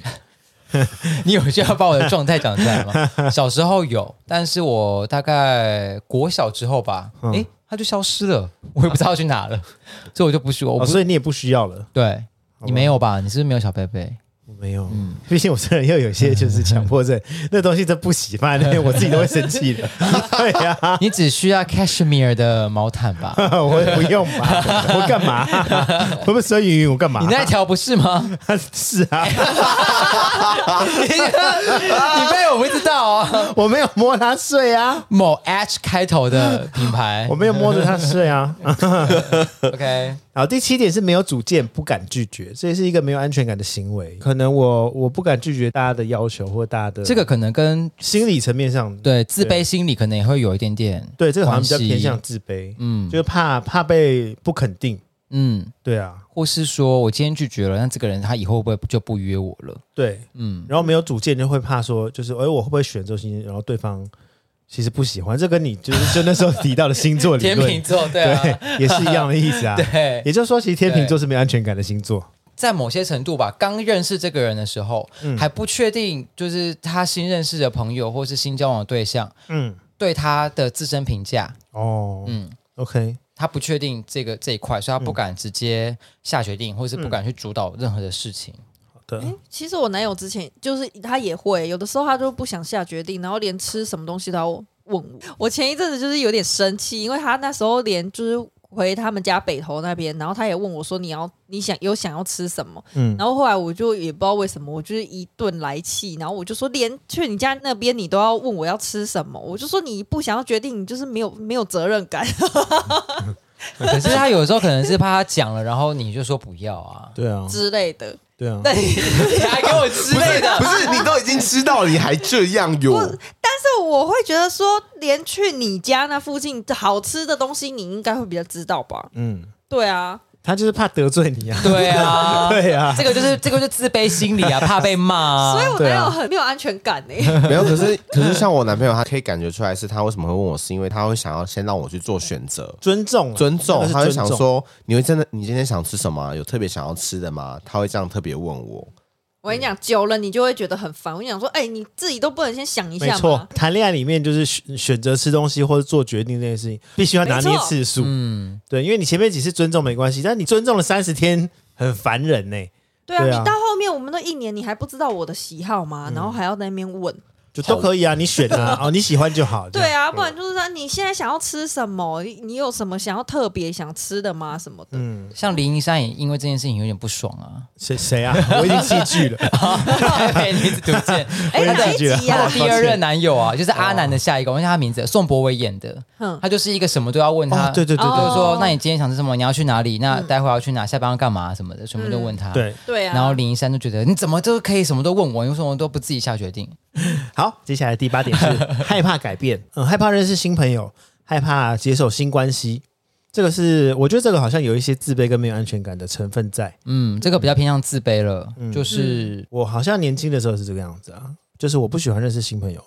B: 你有需要把我的状态讲出 来吗？小时候有，但是我大概国小之后吧，
A: 嗯
B: 诶、它就消失了，我也不知道去哪了，所以我就不说，我
A: 哦，
B: 不、嗯
A: 所以你也不需要了，
B: 对你没有吧？你是不是没有小贝贝？
A: 我没有，
B: 嗯
A: 毕竟我这人又有些就是强迫 症，那东西真不喜欢，那我自己都会生气的， 对呀、
B: 你只需要 cashmere 的毛毯吧？
A: 我也不用吧，我干嘛？ 会不会孙云云？我干嘛？
B: 你那一条不是吗？
A: 是啊，
B: 哎你被我不知道哦。
A: 我没有摸他睡啊，
B: 某 H 开头的品牌
A: 我没有摸着他睡啊。
B: ，OK，
A: 然后第七点是没有主见，不敢拒绝，这也是一个没有安全感的行为。可能我我不敢拒绝大家的要求或大家的
B: 这个可能跟
A: 心理层面上，
B: 对自卑心理可能也会有一点点
A: 对这个好像比较
B: 关系
A: 偏向自卑，
B: 嗯
A: 就是怕怕被不肯定。
B: 嗯，
A: 对啊，
B: 或是说我今天拒绝了，那这个人他以后会不会就不约我了？
A: 对，
B: 嗯，
A: 然后没有主见就会怕说，就是哎，我会不会选周星？然后对方其实不喜欢，这跟你就是就那时候提到的星座 理
B: 天
A: 论
B: 秤座对 啊，
A: 对，也是一样的意思啊。
B: 对
A: 也就是说，其实天秤座是没安全感的星座。
B: 在某些程度吧，刚认识这个人的时候，
A: 嗯
B: 还不确定就是他新认识的朋友或是新交往的对象
A: 嗯，
B: 对他的自身评价，
A: 哦，嗯
B: 嗯
A: ，OK，
B: 他不确定这个这一块，所以他不敢直接下决定，或是不敢去主导任何的事情。
A: 的。
D: 其实我男友之前就是他也会，有的时候他就不想下决定，然后连吃什么东西都要问我。我前一阵子就是有点生气，因为他那时候连就是回他们家北头那边，然后他也问我说你要你想有想要吃什么，
A: 嗯，
D: 然后后来我就也不知道为什么，我就是一顿来气，然后我就说连去你家那边你都要问我要吃什么，我就说你不想要决定，你就是没有没有责任感。
B: 可是他有时候可能是怕他讲了，然后你就说不要啊，
A: 对啊，
D: 之类的，
A: 对啊，
D: 对，
B: 你还给我之类的。
C: 不是你都已经知道了，你还这样
D: 不
C: 哟？
D: 但是我会觉得说，连去你家那附近好吃的东西，你应该会比较知道吧？
A: 嗯，
D: 对啊，
A: 他就是怕得罪你啊。
B: 对啊，
A: 对啊
B: 这个就是这个就是自卑心理啊，怕被骂啊。
D: 所以我
A: 对
D: 男
A: 啊
D: 友很没有安全感呢、欸
C: 没有，可是可是像我男朋友，他可以感觉出来是他为什么会问我，是因为他会想要先让我去做选择。
A: 尊重啊，
C: 尊重，
A: 那
C: 他
A: 个
C: 会
A: 是尊
C: 想
A: 重，
C: 说，你会真的，你今天想吃什么啊？有特别想要吃的吗？他会这样特别问 我。
D: 我跟你讲，久了你就会觉得很烦。我跟你讲说，哎、你自己都不能先想一
A: 没
D: 下
A: 错
D: 吗？，
A: 谈恋爱里面就是选选择吃东西或者做决定这件事情，必须要拿捏
D: 没错
A: 次数。
B: 嗯，
A: 对，因为你前面几次尊重没关系，但你尊重了三十天，很烦人呢、
D: 对啊，
A: 对啊
D: 你到后面我们都一年，你还不知道我的喜好吗？然后还要在那边问，
A: 就都可以啊，你选啊，哦，你喜欢就好。这
D: 对
A: 样，
D: 啊，不然就是说你现在想要吃什么，你你有什么想要特别想吃的吗？什么的，
A: 嗯，
B: 像林一山也因为这件事情有点不爽 啊，
A: 谁谁啊？我已经弃剧了，
B: 被林子独见。
A: 我
D: 哎、
A: 也
D: 哪
A: 是
D: 一
A: 觉得
D: 集
B: 她的
D: 啊？
B: 第二任男友啊，就是阿南的下一个，我忘记他名字了，宋博伟演的。
D: 哼，
B: 他就是一个什么都要问他，
A: 哦对对对对
B: 就是
D: 哦
B: 说，那你今天想吃什么？你要去哪里？那待会要去哪？下班要干嘛？什么的，全部都问他。。
A: 对，
D: 对啊，
B: 然后林一山就觉得你怎么都可以什么都问我，你为什么都不自己下决定？
A: 好，接下来第八点是害怕改变，嗯，害怕认识新朋友，害怕接受新关系。这个是我觉得这个好像有一些自卑跟没有安全感的成分在。
B: 嗯，这个比较偏向自卑了，
A: 嗯
B: 就是
A: 我好像年轻的时候是这个样子啊，就是我不喜欢认识新朋友，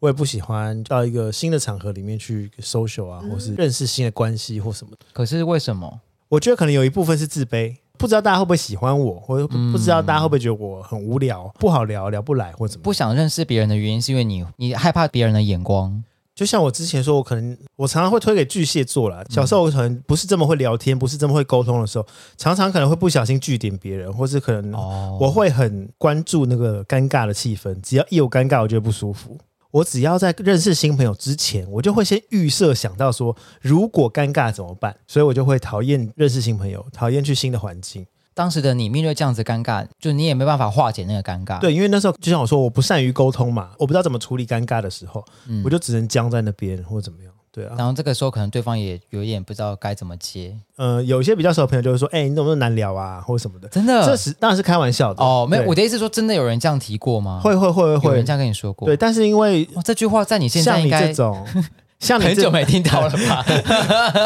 A: 我也不喜欢到一个新的场合里面去 social 啊，或是认识新的关系或什么的。
B: 可是为什么？
A: 我觉得可能有一部分是自卑，不知道大家会不会喜欢我，或者不不知道大家会不会觉得我很无聊、不好聊、聊不来或怎么样。
B: 不想认识别人的原因是因为你你害怕别人的眼光，
A: 就像我之前说，我可能我常常会推给巨蟹座啦。小时候我可能不是这么会聊天，不是这么会沟通的时候，常常可能会不小心据点别人，或是可能
B: 哦
A: 我会很关注那个尴尬的气氛。只要一有尴尬，我就会不舒服。我只要在认识新朋友之前，我就会先预设想到说，如果尴尬怎么办？所以我就会讨厌认识新朋友，讨厌去新的环境。
B: 当时的你面对这样子尴尬，就你也没办法化解那个尴尬。，
A: 对，因为那时候就像我说，我不善于沟通嘛，我不知道怎么处理尴尬的时候，
B: 嗯
A: 我就只能僵在那边或怎么样。对啊，
B: 然后这个时候可能对方也有一点不知道该怎么接，
A: 呃，有一些比较熟的朋友就会说，哎、你怎么那么难聊啊，或者什么的。
B: 真
A: 这
B: 的
A: 是当然是开玩笑的
B: 嗯哦，没有，
A: 对
B: 我的意思是说，真的有人这样提过吗？
A: 会会会会
B: 有人这
A: 会，
B: 样跟你说过？
A: 对，，但是因为
B: 哇，这句话在你现在
A: 像
B: 应
A: 你这
B: 该
A: 种，像你
B: 很久
A: 这
B: 没听到了吧？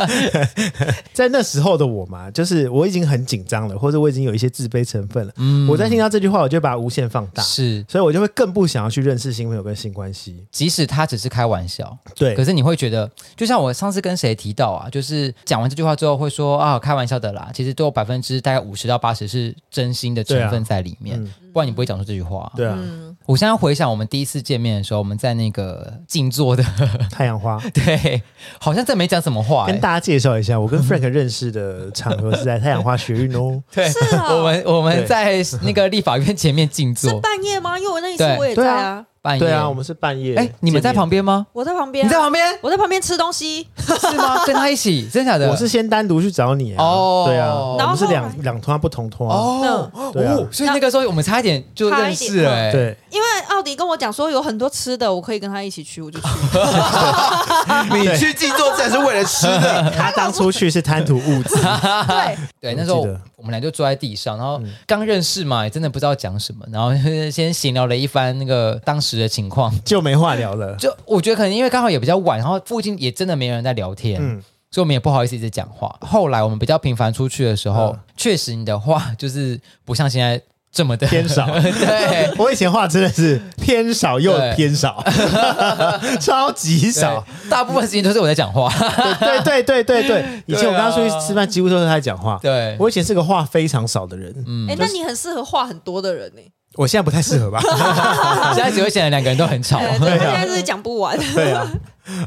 A: 在那时候的我嘛，就是我已经很紧张了，或者我已经有一些自卑成分了。
B: 嗯
A: 我在听到这句话，我就把它无限放大，
B: 是，
A: 所以我就会更不想要去认识新朋友跟新关系。
B: 即使他只是开玩笑，
A: 对
B: 可，是你会觉得，就像我上次跟谁提到啊，就是讲完这句话之后会说啊，开玩笑的啦，其实都有百分之大概五十到八十是真心的成分在里面，
A: 对啊
B: 不然你不会讲出这句话、
A: 对啊，
D: 嗯，
B: 我现在回想我们第一次见面的时候，我们在那个静坐的，
A: 太阳
B: 哎
A: 花。
B: 对，好像真没讲什么话、
A: 跟
B: 欸。
A: 大家介绍一下，我跟 Frank 认识的场合是在太阳花学运哦。
B: 对，
D: 是啊
B: 我们我们在那个立法院前面静
D: 是
B: 坐，
D: 半夜吗？因为我那一次
B: 对
D: 我也
A: 对
D: 在
A: 啊
D: 啊，
B: 半夜。
A: 对啊，我们是半夜。
B: 哎、你们在旁
A: 边？
B: 边吗？
D: 我在旁边
B: 你
D: 啊，
B: 在旁边
D: 我在旁边吃东西，
B: 是吗？跟他一起，真的假的？
A: 我是先单独去找你啊。
B: 啊哦
A: 对啊，
B: 然
A: 我
D: 后
A: 们是
D: 后来
A: 两两拖不同拖啊。
B: 哦，
A: 对啊
B: 哦，所以那个时候我们差一点就认识了、欸，，
A: 对，
D: 因为奥迪跟我讲说有很多吃的，我可以跟他一起去，我就 去。
C: 你去静坐站是为了 吃的，
A: 他当初去是贪图物 资，
D: 对，哎
B: 对，
A: 我
B: 那时候
A: 记得嗯
B: 我们俩就坐在地上，然后刚认识嘛，也真的不知道讲什么，然后 先闲聊了一番那个当时的情况。
A: 就没话聊了。
B: 就我觉得可能因为刚好也比较晚，然后附近也真的没人在聊天，
A: 嗯
B: 所以我们也不好意思一直讲话。后来我们比较频繁出去的时候，
A: 嗯
B: 确实你的话就是不像现在这么的
A: 偏少
B: 对。
A: 我以前话真的是偏少又偏 少，超级 少。
B: 对，大部分时间都是我在讲话。
A: 对对对对对，以前我
B: 对
A: 跟
B: 啊
A: 他出去吃饭，几乎都是他在讲话。
B: 对，嗯
A: 我以前是个话非常少的人，
D: 哎、那你很适合话很多的人呢、
A: 我现在不太适合吧？
B: 现在只会显得两个人都很 吵。
D: 哦对，啊他现在是讲不完。
A: 对啊。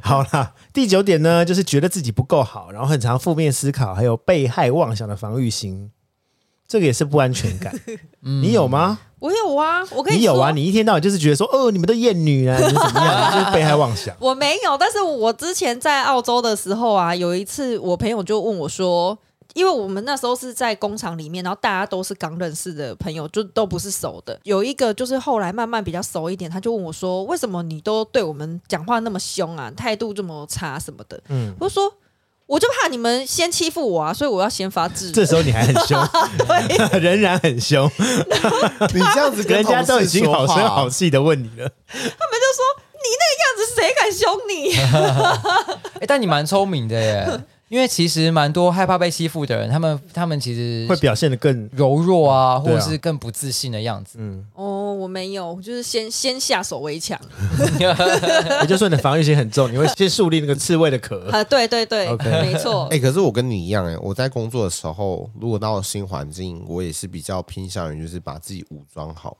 A: 好啦，第九点呢，就是觉得自己不够好，然后很常负面思考，还有被害妄想的防御心。这个也是不安全感。你有吗？
D: 我有啊，我跟
A: 你有啊？
D: 说
A: 你一天到晚就是觉得说，哦，你们都厌女啊，你们怎么样？就是被害妄 想。
D: 我没有，但是我之前在澳洲的时候啊，有一次我朋友就问我说，因为我们那时候是在工厂里面，然后大家都是刚认识的朋友，就都不是熟的。有一个就是后来慢慢比较熟一点，他就问我说，为什么你都对我们讲话那么凶啊，态度这么差什么的？
A: 嗯
D: 我就说。我就怕你们先欺负我啊，所以我要先发制人。
A: 这时候你还很凶， 仍然很凶，
C: 你这样子跟
A: 人家都已经好声好
C: 气，
A: 气的问你了。
D: 他们就说你那个样子，谁敢凶你？
B: 哎、但你蛮聪明的耶，因为其实蛮多害怕被欺负的人，他们他们其实
A: 会表现的 更
B: 柔弱啊，或
A: 对啊嗯
B: 者是更不自信的样子。
D: 哦，我没有，我就是先先下手 为强
A: 也就是说你的防御心很重，你会先树立那个刺猬的壳。
D: 啊！对对对
A: OK
D: 没错
C: 哎、。可是我跟你一样哎、我在工作的时候，如果到了新环境，我也是比较偏向于就是把自己武装好，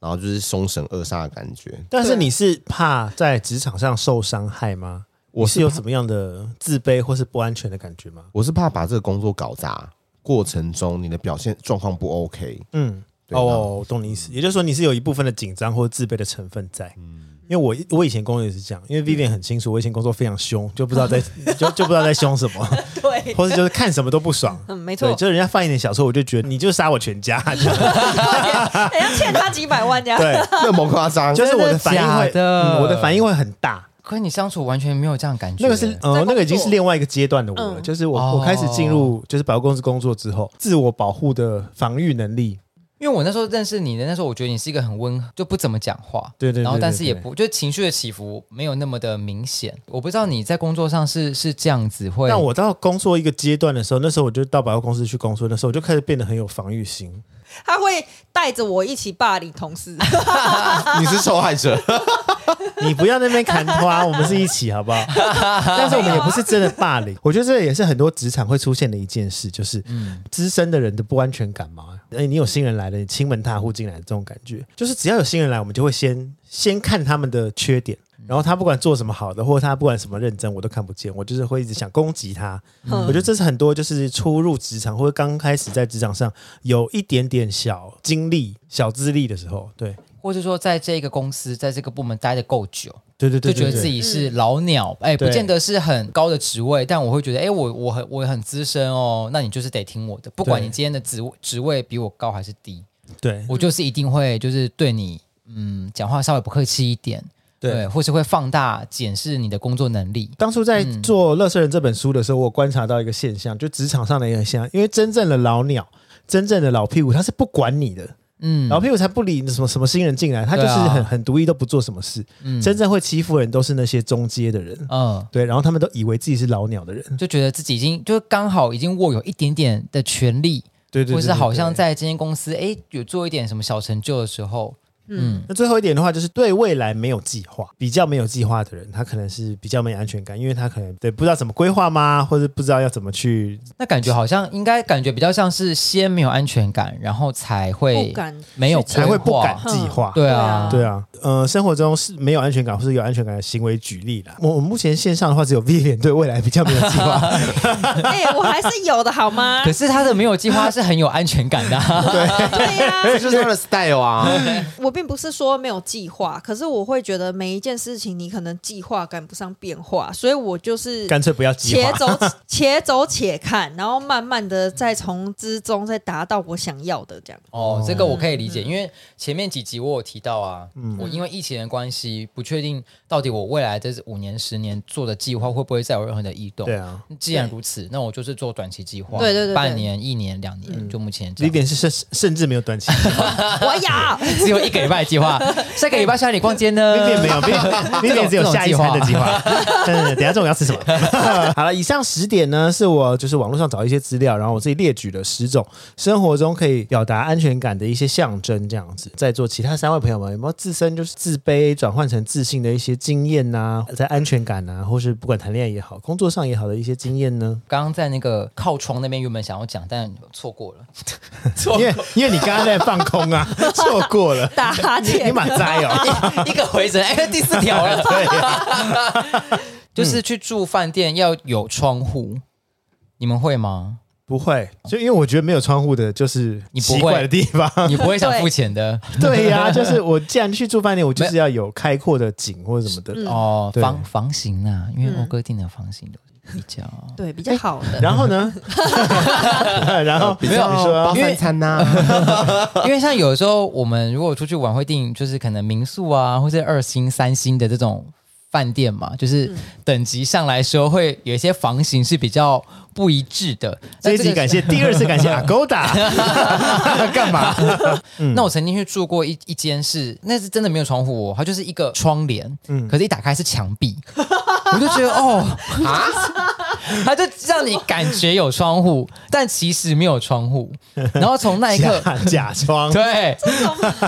C: 然后就是凶神恶煞的感觉。
A: 但是你是怕在职场上受伤害吗？我
C: 我
A: 是
C: 是
A: 有什么样的自卑或是不安全的感觉吗？
C: 我是怕把这个工作搞砸，过程中你的表现状况不 OK，
A: 嗯，
C: 对
A: 哦，我懂你意思。也就是说，你是有一部分的紧张或自卑的成分在。因为我我以前工作也是这样，因为 Vivian 很清楚，我以前工作非常凶，就不知道 在就就不知道在凶什么，
D: 对，
A: 或者就是看什么都不爽。
D: 嗯，没错
A: 对，，就是人家犯一点小错，我就觉得你就杀我全家，
D: 人家哎欠他几百万这样。
A: 对，
C: 那么夸张，
A: 就是我的反应会
B: 真的假，的
A: 嗯我的反应会很大，
B: 可你相处完全没有这样感觉，
A: 那个是呃
D: 在，
A: 那个已经
D: 工作
A: 是另外一个阶段的我了，
D: 嗯
A: 就是我、
B: 哦
A: 我开始进入就是百货公司工作之后，自我保护的防御能力，
B: 因为我那时候认识你的那时候，我觉得你是一个很温和，就不怎么讲话，
A: 对对对
B: 然后但
A: 对
B: 是
A: 对
B: 也不就情绪的起伏没有那么的明显。我不知道你在工作上是是这样子会，
A: 但我到工作一个阶段的时候，那时候我就到百货公司去工作，那时候我就开始变得很有防御心，
D: 他会带着我一起霸凌同事。
A: 嗯
C: 你是受害者，
A: 你不要那边砍花，我们是一起好 不好？但是我们也不是真的霸凌，我觉得这也是很多职场会出现的一件事，就是
B: 嗯
A: 资深的人的不安全感嘛。哎、你有新人来了，你亲门踏户进来的这种感觉，就是只要有新人来，我们就会先先看他们的缺点。
B: 嗯
A: 然后他不管做什么好的，或者他不管什么认真，我都看不见。我就是会一直想攻击他。
B: 嗯
D: 嗯
A: 我觉得这是很多就是初入职场或者刚开始在职场上有一点点小经历、小资历的时候，对
B: 或者说在这个公司在这个部门待的够久，
A: 对对对对
B: 就觉得
A: 对嗯
B: 自己是老鸟，哎，
A: 对
B: 不见得是很高的职位，但我会觉得，哎，我我很我很资深哦，那你就是得听我的，不管
A: 对
B: 你今天的职职位比我高还是低，
A: 对
B: 我就是一定会就是对你，嗯，讲话稍微不客气一点，
A: 对
B: 或是会放大检视你的工作能力。
A: 当初在
B: 嗯
A: 做《乐色人》这本书的时候，我观察到一个现象，就职场上的一个现象，因为真正的老鸟。真正的老屁股，他是不管你的，
B: 嗯，
A: 老屁股才不理你什么什么新人进来，他就是
B: 对啊
A: 很很独立，都不做什么事。
B: 嗯
A: 真正会欺负人都是那些中阶的人，
B: 嗯，
A: 对，然后他们都以为自己是老鸟的人，
B: 就觉得自己已经就刚好已经握有一点点的权利，
A: 对对对
B: 或是好像
A: 对
B: 在这间公司哎有做一点什么小成就的时候，嗯，
A: 那最后一点的话，就是对未来没有计划，比较没有计划的人，他可能是比较没安全感，因为他可能对不知道怎么规划吗，或者不知道要怎么去
B: 那感觉好像应该感觉比较像是先没有安全感，然后才会
D: 不敢
B: 没有
D: 去
A: 才会不敢
B: 规划
A: 计划。
B: 对啊，
A: 对啊，呃，生活中是没有安全感或是有安全感的行为举例啦。我我目前线上的话，只有 V 脸对未来比较没有计划，
D: 哎、我还是有的好
A: 啊
D: 吗
B: 可？是他的没有计划是很有安全感的、啊，
D: 对 呀、嗯
C: 这 就是他的 style 啊。
D: 我并不是说没有计划，可是我会觉得每一件事情你可能计划赶不上变化，所以我就是
A: 干脆不要计
D: 且
A: 划。
D: 走 且走且看，然后慢慢的再从之中再达到我想要的 这样。
B: 哦，这个我可以
D: 嗯
B: 理解，因为前面几集我有提到啊，
A: 嗯
B: 我因为疫情的关系，不确定到底我未来这五年、十年做的计划会不会再有任何的异动。
A: 对啊
B: 既然如此，那我就是做短期计划，
D: 对对对对
B: 半年、一年、两
A: 嗯
B: 年，就目前这
A: ，V
B: 样。
A: 脸是甚甚至没有短期计划
D: 我 有，
B: 只有一个礼拜的计划，下个礼拜下你逛街呢？
A: ，V 脸没有，V 脸 V 脸只有下一餐的计划。 对对对，等一下中午要吃什么？ 好了，以上十点呢，是我就是网络上找一些资料，然后我自己列举了十种生活中可以表达安全感的一些象征，这样子。在座其他三位朋友们有没有自身就是自卑转换成自信的一些经验呐、在安全感呐、或是不管谈恋爱也好，工作上也好的一些经验呢？
B: 刚刚在那个靠窗那边原本想要讲，但错过 了，错
A: 因为因为你刚刚在放空啊， 错过了，
D: 打哈
A: 你你
D: 欠。
A: 满栽哦。
B: 一个回神，哎，第四条 了。 就是去住饭店要有窗户，你们会吗？
A: 不会，就因为我觉得没有窗户的就是
B: 你不会
A: 奇怪的地方。
B: 你不会想付钱的
A: 对呀、就是我既然去住饭店，我就是要有开阔的景或者什么的。
B: 哦。
A: 对嗯
B: 房房型啊，因为欧哥订的房型都比较
D: 对，比较好的。
A: 然后呢？然后
C: 比较
A: 你说
C: 包
B: 因为
C: 三餐呐、
B: 因为像有时候我们如果出去玩会订，就是可能民宿啊，或者二星、三星的这种饭店嘛，就是
A: 嗯
B: 等级上来说会有一些房型是比较不一致的。
A: 这一
B: 那
A: 集
B: 个
A: 感谢，第二次感谢 Agoda，
B: 干嘛？
A: 嗯
B: 那我曾经去住过一一间是，那是真的没有窗户、哦，它就是一个窗帘，
A: 嗯
B: 可是一打开是墙壁， 我就觉得哦啊， 它就让你感觉有窗户，但其实没有 窗户。然后从那一刻，
A: 假 假装
B: 对，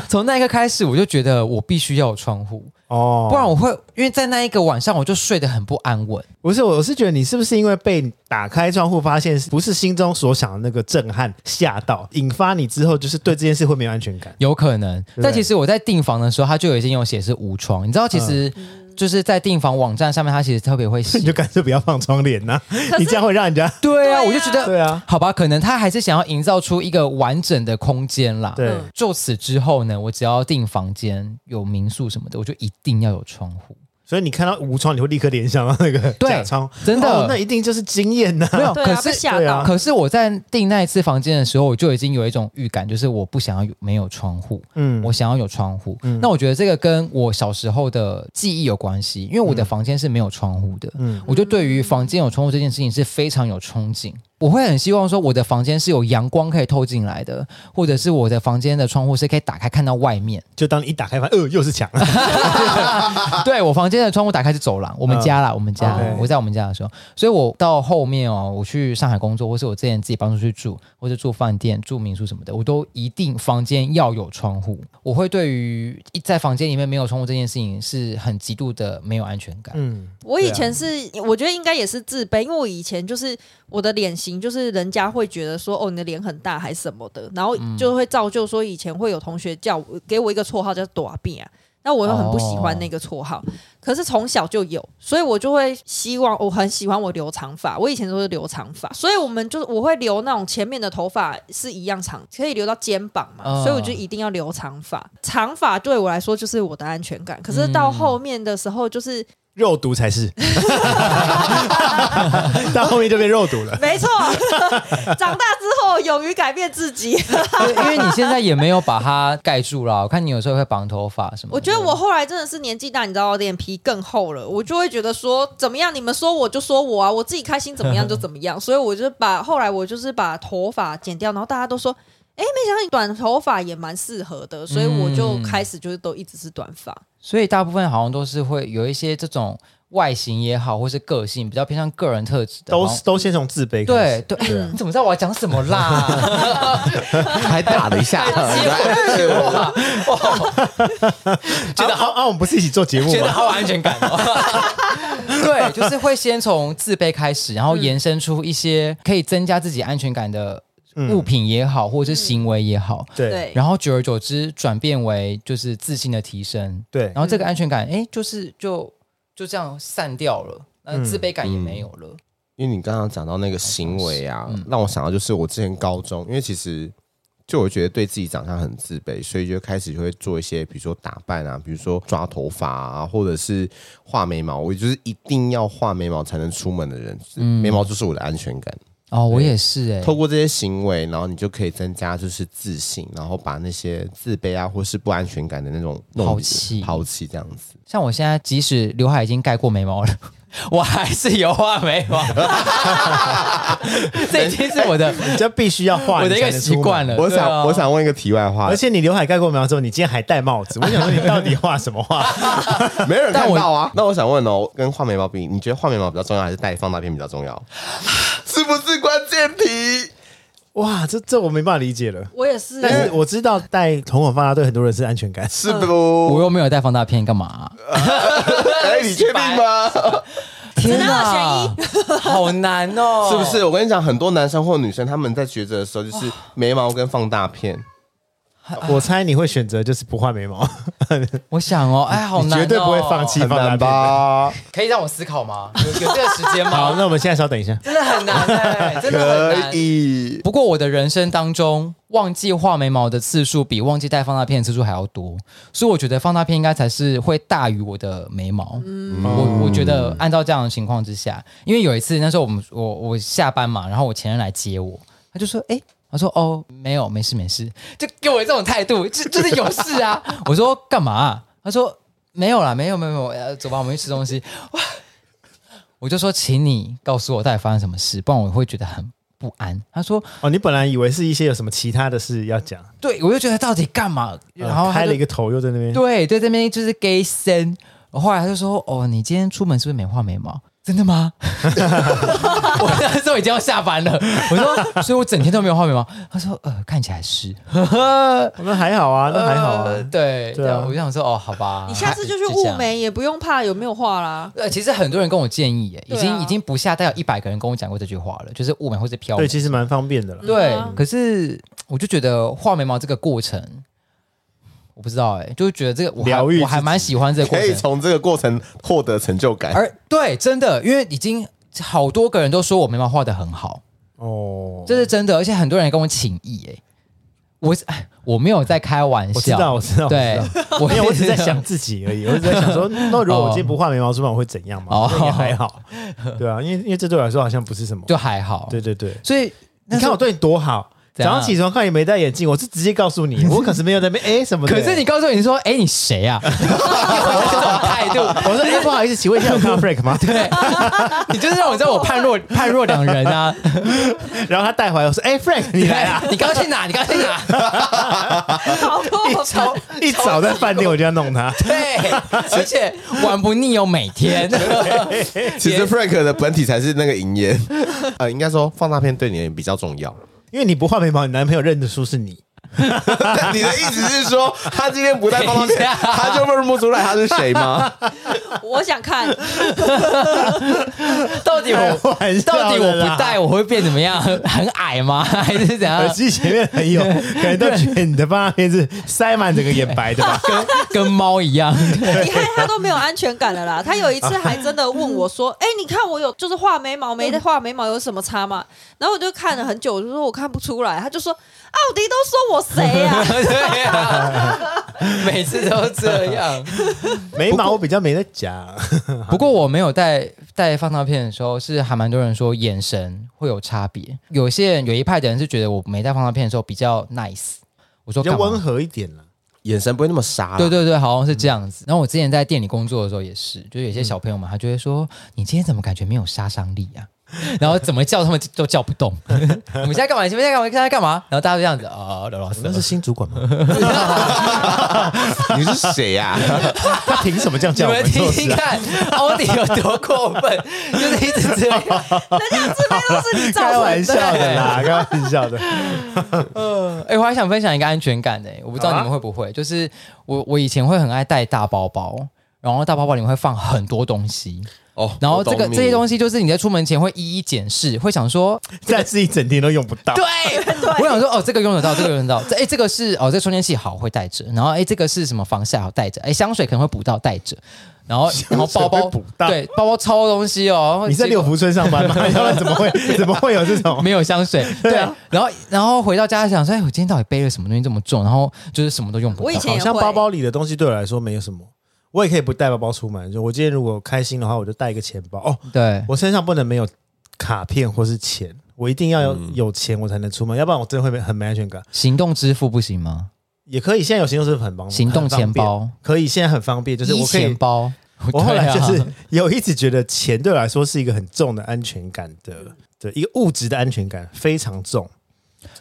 B: 从那一刻开始，我就觉得我必须要有窗户，
A: 哦，
B: 不然我会因为在那一个晚上我就睡得很不安稳。
A: 不是，我是觉得你是不是因为被打开窗户，发现不是心中所想的那个震撼吓到，引发你之后就是对这件事会没有安全感？
B: 有可能。
A: 对
B: 但其实我在订房的时候，他就已经有写是无窗。你知道，其实就是在订房网站上面，他其实特别会写
A: 嗯 你。就干脆不要放窗帘呐、你这样会让人家
B: 对啊，
D: 对啊
B: 我就觉得，
A: 对啊，
B: 好吧，可能他还是想要营造出一个完整的空间啦。
A: 对
D: 嗯
B: 就此之后呢，我只要订房间有民宿什么的，我就一定要有窗户。
A: 所以你看到无窗，你会立刻联想到那个
B: 对
A: 假窗，
B: 真的
A: 哦那一定就是经验呐、
B: 没有，
D: 对
B: 可
D: 啊，被
B: 是
D: 吓
A: 对
D: 到
A: 啊。
B: 可是我在订那一次房间的时候，我就已经有一种预感，就是我不想要有没有窗户。
A: 嗯，
B: 我想要有窗户。那我觉得这个跟我小时候的记忆有关系，因为我的房间是没有窗户的。
A: 嗯
B: 我就对于房间有窗户这件事情是非常有憧憬。我会很希望说，我的房间是有阳光可以透进来的，或者是我的房间的窗户是可以打开看到外面。
A: 就当你一打开发现，呃，又是墙，啊
B: 对我房间的窗户打开是走廊，我们家啦，我们家
A: 嗯 OK，
B: 我在我们家的时候，所以我到后面哦，我去上海工作，或是我之前自己帮出去住，或者住饭店、住民宿什么的，我都一定房间要有窗户。我会对于一在房间里面没有窗户这件事情是很极度的没有安全 感。
A: 嗯，
D: 我以前是，我觉得应该也是自卑，因为我以前就是我的脸型，就是人家会觉得说，哦，你的脸很大还是什么的，然后就会造就说，以前会有同学叫我给我一个绰号叫“短臂”啊，那我又很不喜欢那个绰号，可是从小就有，所以我就会希望我很喜欢我留长发，我以前都是留长发，所以我们就是我会留那种前面的头发是一样长，可以留到肩膀嘛，
B: 哦
D: 所以我就一定要留长发，长发对我来说就是我的安全感，可是到后面的时候就是。
A: 肉毒才 是，到后面就变肉毒了。
D: 没错， 长大之后勇于改变自己。
B: 因为因为你现在也没有把它盖住啦，我看你有时候会绑头发什么的。
D: 我觉得我后来真的是年纪大，你知道，脸皮更厚了，我就会觉得说怎么样，你们说我就说我啊，我自己开心怎么样就怎么样。所以我就把后来我就是把头发剪掉，然后大家都说。哎，没想到你短头发也蛮适合的，所以我就开始就是都一直是短发。
B: 所以大部分好像都是会有一些这种外形也好，或是个性比较偏向个人特质的，
A: 都
B: 好像
A: 都先从自卑开
B: 对
A: 始，
B: 对， 哎你怎么知道我要讲什么啦？
C: 还打了一下，
B: 哇哇，
A: 觉得好啊，我们不是一起做节目
B: 觉得
A: 吗？
B: 好有安全感哦。 对，就是会先从自卑开始，然后延伸出一些可以增加自己安全感的物品也好，或者是行为也好，
A: 嗯对
D: 对，
B: 然后久而久之转变为就是自信的提升，
A: 对
B: 然后这个安全感，哎，就是就就这样散掉了，那
A: 嗯
B: 自卑感也没有了。
C: 因为你刚刚讲到那个行为啊，让我想到就是我之前高中，因为其实就我觉得对自己长相很自卑，所以就开始就会做一些，比如说打扮啊，比如说抓头发啊，或者是画眉毛。我就是一定要画眉毛才能出门的人，眉毛就是我的安全感。
B: 哦，我也是哎，
C: 透过这些行为，然后你就可以增加就是自信，然后把那些自卑啊或是不安全感的那种那种
B: 抛弃
C: 抛弃这样子。
B: 像我现在即使刘海已经盖过眉毛了， 我还是有画眉 毛，这已经是我的
A: 你就必须要
C: 哎
A: 画
B: 我的一个习惯
A: 了。
B: 了。
C: 我
B: 对
C: 想、
B: 啊
C: 我，想问一个题外话
A: 而，且你刘海盖过眉毛之后，你今天还戴帽子，我想说你到底画 什么画？
C: 没人
B: 但
C: 看
B: 我
C: 到啊。那我想问哦，跟画眉毛比，你觉得画眉毛比较 重要，还是戴放大片比较重要？是不是关键题？
A: 哇，这这我没办法理解了。
D: 我也是，
A: 但是我知道戴瞳孔放大对很多人是安全感，
C: 是不
B: 我？又没有带放大片，干嘛？
C: 哎，你确定吗？
B: 天哪， 好难哦！
C: 是不是？我跟你讲，很多男生或女生他们在抉择的时
B: 哦
C: 候，就是眉毛跟放大片。
A: 啊我猜你会选择就是不画眉毛，
B: 我想哦，哎，好
A: 你
B: 难、哦，
A: 绝对不会放弃
C: 很
A: 放哪
C: 难
A: 边？
C: 吧？
B: 可以让我思考吗？有有这个时 间
A: 好，
B: 吗？
A: 那我们现在稍等一下。
B: 真的很难、哎， 真的很
C: 可
B: 难。
C: 以，
B: 不过我的人生当中，忘记画眉毛的次数比忘记戴放大片的次数还要多，所以我觉得放大片应该才是会大于我的眉毛。我我觉得按照这样的情况之下，因为有一次那时候我们我我下班嘛，然后我前任来接我，他就说：“哎、他说：“哦，没有，没事，没事。”就给我这种态度，就就是有事啊。我说：“干嘛啊、他说：“没有啦，没有，没有，没有。呃，走吧，我们去吃东西。”哇！我就说：“请你告诉我到底发生什么事，不然我会觉得很不安。”他说：“
A: 哦，你本来以为是一些有什么其他的事要讲，
B: 对，我就觉得到底干嘛？ 然后
A: 呃
B: 他
A: 开
B: 就
A: 了一个头又在那边。哦
B: 对对这边就是 gay 森，后来他就说：“哦，你今天出门是不是没画眉毛？”真 的吗？我那时候已经要下班了，我说，所以我整天都没有画眉毛。他说：“呃，看起来是。
A: 我们还好啊，那还好
B: 呃
A: 啊。对啊
B: 对对啊，我就想说，哦，好吧，
D: 你下 次就去
B: 这
D: 雾
B: 样。
D: 眉，也不用怕有没有画啦。
B: 呃，其实很多人跟我建议耶，已
D: 对
B: 经、
D: 啊
B: 已经不下大概有一百个人跟我讲过这句话了，就是雾眉或者飘眉
A: 对，。其实蛮方便的了。
B: 对
D: 嗯，
B: 可是我就觉得画眉毛这个过程，我不知道哎、就是觉得这个我还
A: 疗愈自己
B: 我还蛮喜欢这个过
C: 可以
B: 程。
C: 从这个过程获得成就感。
B: 而对，真的，因为已经好多个人都说我眉毛画的很好，
A: 哦，
B: 这是真的，而且很多人跟我请益哎、我 哎我没有在开玩
A: 我知
B: 笑，
A: 道，我知道，我知
B: 对
A: 道。，
B: 我
A: 因为 我只在想自己而已，我只在想说，那如果我今天不画眉毛出版会怎样嘛？
B: 哦
A: 那也还 好，对啊，因为因为这对我来说好像不是什么。
B: 就还好，
A: 对对对，
B: 所以
A: 你看我对你多好，
B: 怎样
A: 早上起床看你没戴眼镜，我是直接告诉你，我可是没有 在那边哎什么的。
B: 可是你告诉你说，哎、你谁啊？ 这种态度，
A: 我说哎不好意思，请问一下有看到 Frank 吗？
B: 对， 你就是让我知道我判若判若两人啊！
A: 然后他带回来，我说哎 Frank 你来啊！
B: 你刚去哪？你刚去哪？
D: 好过分！
A: 一早在饭店我就要弄他，
B: 对，而且玩不腻哦，每 天。
C: 其实 Frank 的本体才是那个银烟， 呃，应该说放大片对你比较重要。
A: 因为你不画眉毛，你男朋友认得出是你。
C: 但你的意思是说，他今天不戴放大
B: 等
C: 片，
B: 一下
C: 他就认不出来他是谁吗？
D: 我想看，
A: 开玩笑的啦
B: 到底我到底我不戴我会变怎么样？很矮吗？ 还是怎样
A: 耳？机前面很 有，感觉到觉得你的放大片是塞满整个眼白的 吧？
B: 跟跟猫一样？
D: 你害他都没有安全感了啦。他有一次还真的问我说：“哎、你看我有就是画眉毛没画眉毛有什么差吗？”然后我就看了很久，我就说我看不出来。他就说：“奥迪都说我谁啊呀、
B: 对啊，每次都这 样。
A: 眉毛我比较没得讲，
B: 不过我没有戴戴放大片的时候，是还蛮多人说眼神会有差别。有些人有一派的人是觉得我没戴放大片的时候比较 nice，我说
A: 比较
B: 干嘛
A: 温和一点了。
C: 眼神不会那么傻。
A: 啊
B: 对，对对，好像是这样
A: 嗯
B: 子。然后我之前在店里工作的时候也是，就是有些小朋友们，他就会说：“你今天怎么感觉没有杀伤力啊？” 然后怎么叫他们都叫不动。 我们现在干嘛？你们现在干嘛？现在干嘛？然后大家就这样子啊，刘老师，
A: 那是新主管吗？
C: 你是谁啊呀、
A: 他凭什么这样
B: 你
A: 叫我
B: 们
A: 们做
B: 听
A: 事
B: 听
A: 啊？
B: 看，欧弟有多过分， 就是一直这样。
D: 这边都是你造
A: 开
D: 成的。”
A: 玩笑的啦，开玩笑的。
B: 哎、我还想分享一个安全感的、欸我不知道
A: 好啊
B: 你们会不会，就是我我以前会很爱带大包包，然后大包包里面会放很多东西，
C: 哦
B: 然后这个这些东
C: 西，
B: 西就是你在出门前会一一检视，会想说
A: 但是一整天都用不到。
B: 对，我啊想说哦，这个用得到，这个用得到。这哎，这个是哦，这个充电器好会带着，然后哎，这个是什么防晒好带着，哎，香水可能会补到带着，然后然后包包
A: 会补到
B: 对包包超多东西哦。
A: 你在
B: 结
A: 六
B: 果
A: 福村上班 吗？要不然怎么会怎么会有这种？
B: 没有香 水，对
A: 啊
B: 然后然后回到家想说，哎，我今天到底背了什么东西这么重？然后就是什么都用不
D: 我以
B: 到。
D: 前
A: 好
D: 也
A: 像
D: 会
A: 包包里的东西对我来说没有什么，我也可以不带包包出门。就我今天如果开心的话，我就带一个钱包。哦，
B: 对，
A: 我身上不能没有卡片或是钱，我一定要有有钱我才能出门，要不然我真的会没很没安全感。
B: 行动支付不行吗？
A: 也可以，现在有行动支付很方便，
B: 行动钱
A: 很方便
B: 包、
A: 可以，现在很方便，就是
B: 一
A: 我可
B: 钱
A: 以。
B: 包。
A: 我后来
B: 对啊
A: 就是有一直觉得钱对我来说是一个很重的安全感的的一个物质的安全感非常重，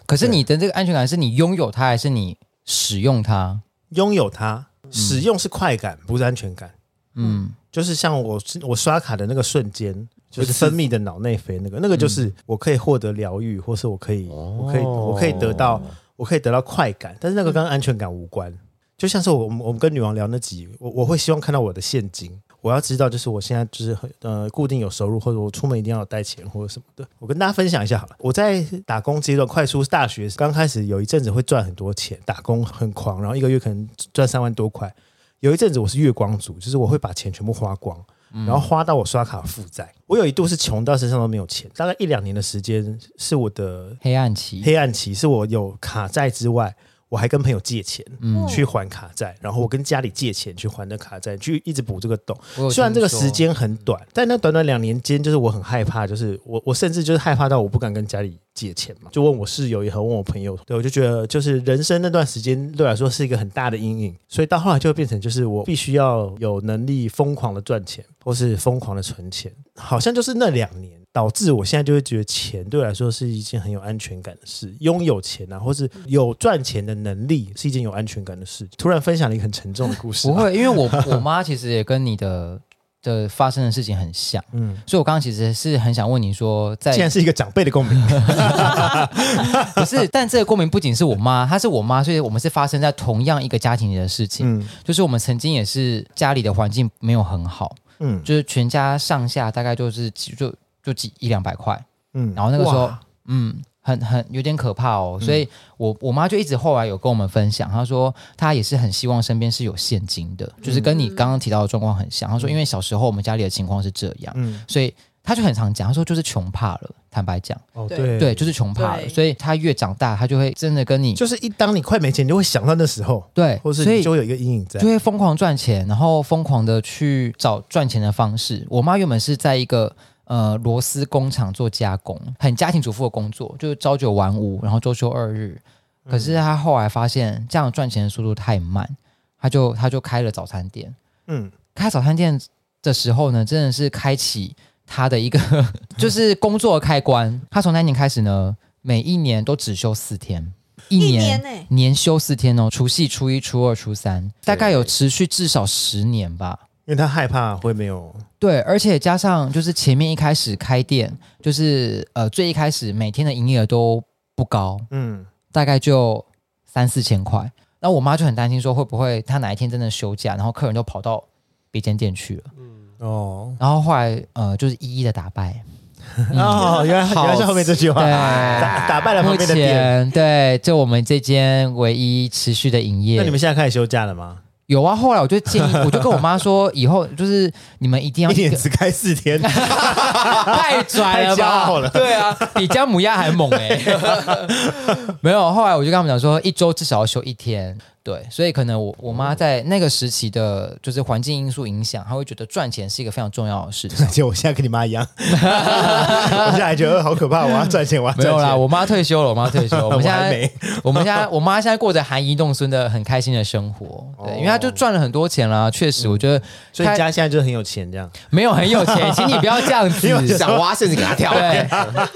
B: 可是你的这个安全感是你拥有它，还是你使用它？
A: 拥有它使用是快感，不是安全感。
B: 嗯，
A: 就是像我我刷卡的那个瞬间，就是分泌的脑内啡那个，那个就是我可以获得疗愈，或是我可以，我可以，我可以得到，我可以得到快感，但是那个跟安全感无关。就像是我我们我们跟女王聊那集，我我会希望看到我的现金，我要知道就是我现在就是很呃固定有收入，或者我出门一定要有带钱或者什么的。我跟大家分享一下好了，我在打工阶段，快出大学刚开始有一阵子会赚很多钱，打工很狂，然后一个月可能赚三万多块。有一阵子我是月光族，就是我会把钱全部花光，然后花到我刷卡负债。我有一度是穷到身上都没有钱，大概一两年的时间是我的
B: 黑暗期，
A: 黑暗期，是我有卡债之外，我还跟朋友借钱。
D: 嗯
A: 去还卡债，然后我跟家里借钱去还的卡债，去一直补这个洞。
B: 我有
A: 虽然这个
B: 听
A: 时
B: 说
A: 间很短，但那短短两年间，就是我很害怕，就是我我甚至就是害怕到我不敢跟家里借钱嘛，就问我室友也好，问我朋友，对我就觉得就是人生那段时间对我来说是一个很大的阴影，所以到后来就会变成就是我必须要有能力疯狂的赚钱，或是疯狂的存钱，好像就是那两年。导致我现在就会觉得钱对我来说是一件很有安全感的事，拥有钱啊，或是有赚钱的能力是一件有安全感的事。突然分享了一个很沉重的故事，啊
B: 不，会，因为我我妈其实也跟你的的发生的事情很像，
A: 嗯，
B: 所以我刚刚其实是很想问你说，在
A: 竟然是一个长辈的共鸣。
B: 不是，但这个共鸣不仅是我妈，她是我妈，所以我们是发生在同样一个家庭里的事情。
A: 嗯
B: 就是我们曾经也是家里的环境没有很好，
A: 嗯
B: 就是全家上下大概就是几就就几一两百块，
A: 嗯
B: 然后那个时候
A: 哇
B: 嗯。很很有点可怕哦，所以我我妈就一直后来有跟我们分享，她说她也是很希望身边是有现金的，就是跟你刚刚提到的状况很像。她说因为小时候我们家里的情况是这样，
A: 嗯，
B: 所以她就很常讲，她说就是穷怕了，坦白讲，
A: 哦
D: 对
A: 对
B: 对，就是穷怕了，
D: 对
B: 所以她越长大，她就会真的跟你
A: 就是一当你快没钱，你就会想到那时候，
B: 对，
A: 或是
B: 所
A: 你
B: 以
A: 就会有一个阴影在
B: 就。会疯狂赚钱，然后疯狂的去找赚钱的方式。我妈原本是在一个呃螺丝工厂做加工，很家庭主妇的工作，就是朝九晚五，然后周休二日。可是她后来发现这样赚钱的速度太慢，她就她就开了早餐店。
A: 嗯，
B: 开早餐店的时候呢，真的是开启她的一个 就是工作的开关。她从那年开始呢，每一年都只休四天，一
D: 一
B: 年
D: 年欸呢，
B: 年休四天哦，除夕、初一、初二、初三，大概有持续至少十年吧。
A: 因为他害怕会没有，
B: 对，而且加上就是前面一开始开店，就是呃最一开始每天的营业额都不高，
A: 嗯
B: 大概就三四千块。那我妈就很担心说会不会她哪一天真的休假，然后客人都跑到别间店去了。
A: 哦
B: 然后后来呃就是一一的打败，
A: 哦，原来原来是后面这句话，
B: 对
A: 打打败了
B: 嗯目
A: 旁边的店。
B: 前对就我们这间唯一持续的营业。
A: 那你们现在开始休假了吗？
B: 有啊，后来我就建 议，我就跟我妈说，以后就是你们一定要
A: 一年
B: 个
A: 只开四天，
B: 太拽了
A: 太骄傲
B: 吧？
A: 了
B: 对啊，比姜母鸭还猛哎、 没有，后来我就跟他们讲说，一周至少要休一天。对，所以可能我我妈在那个时期的，就是环境因素影响，她会觉得赚钱是一个非常重要的 事情。
A: 就我现在跟你妈一样，我现在还觉得呃好可怕，我要赚钱，我要
B: 没
A: 赚钱。
B: 有啦，我妈退休了，我妈退休了，我
A: 我
B: 们现
A: 还
B: 在
A: 没，
B: 我们家我妈现在过着含饴弄孙的很开心的生活，对，因为她就赚了很多钱啦。确实，我觉得
A: 哦嗯所以你家现在就很有钱这样。
B: 没有很有 钱，请你不要这样子。
C: 想挖陷阱给他跳。
B: 对，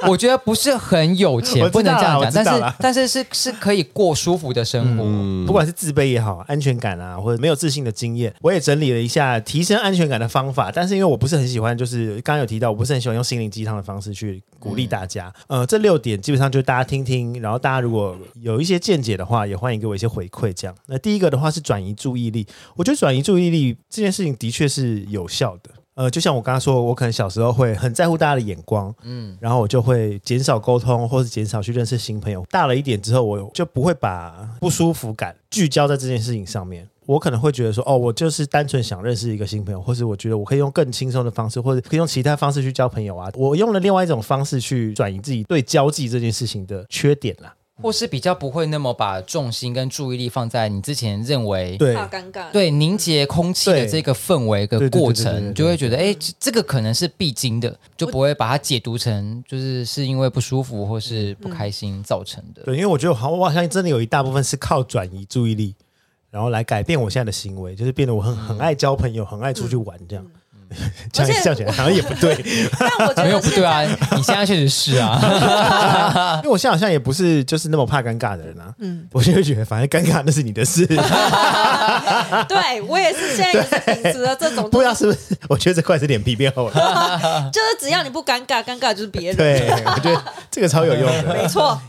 B: 我觉得不是很有钱
A: 我，知
B: 不能
A: 道
B: 这样
A: 啦
B: 讲，
A: 我知道
B: 但是
A: 啦嗯
B: 但是是是可以过舒服的生活。
C: 嗯
A: 不管是自卑也好，安全感啊，或者没有自信的经验，我也整理了一下提升安全感的方法。但是因为我不是很喜欢，就是刚刚有提到，我不是很喜欢用心灵鸡汤的方式去鼓励大家。呃，这六点基本上就是大家听听，然后大家如果有一些见解的话，也欢迎给我一些回馈。这样，那第一个的话是转移注意力，我觉得转移注意力这件事情的确是有效的。呃，就像我刚刚说，我可能小时候会很在乎大家的眼光，嗯，然后我就会减少沟通，或是减少去认识新朋友。大了一点之后，我就不会把不舒服感聚焦在这件事情上面。我可能会觉得说，哦，我就是单纯想认识一个新朋友，或是我觉得我可以用更轻松的方式，或者可以用其他方式去交朋友啊。我用了另外一种方式去转移自己对交际这件事情的缺点啦。
B: 或是比较不会那么把重心跟注意力放在你之前认为
A: 对，
D: 好尴尬。
B: 对凝结空气的
A: 对
B: 这个氛围
A: 对
B: 的
A: 对对
B: 过
A: 对对对
B: 程，
A: 对
B: 就会觉得哎、诶这这个可能是必经的，就不会把它解读成就是是因为不舒服或是不开心造成的。
A: 对，因为我觉得我好，我好像真的有一大部分是靠转移注意力，然后来改变我现在的行为，就是变得我很很爱交朋友，很爱出去玩这样。 这样
D: 而且
A: 这样讲好像也不对，
D: 但我觉
B: 没有
D: 得
B: 不
D: 现
B: 对啊
D: 在，
B: 你现在确实是啊，
A: 因为我现在好像也不是就是那么怕尴尬的人啊。嗯，我就会觉得反正尴尬那是你的 事，
D: 对我也是现在也是秉持了这种，
A: 不知道是不是？我觉得这块是脸皮变厚了。
D: 就是只要你不尴尬，尴尬就是别 人。
A: 对，我觉得这个超有用的。
D: 没错，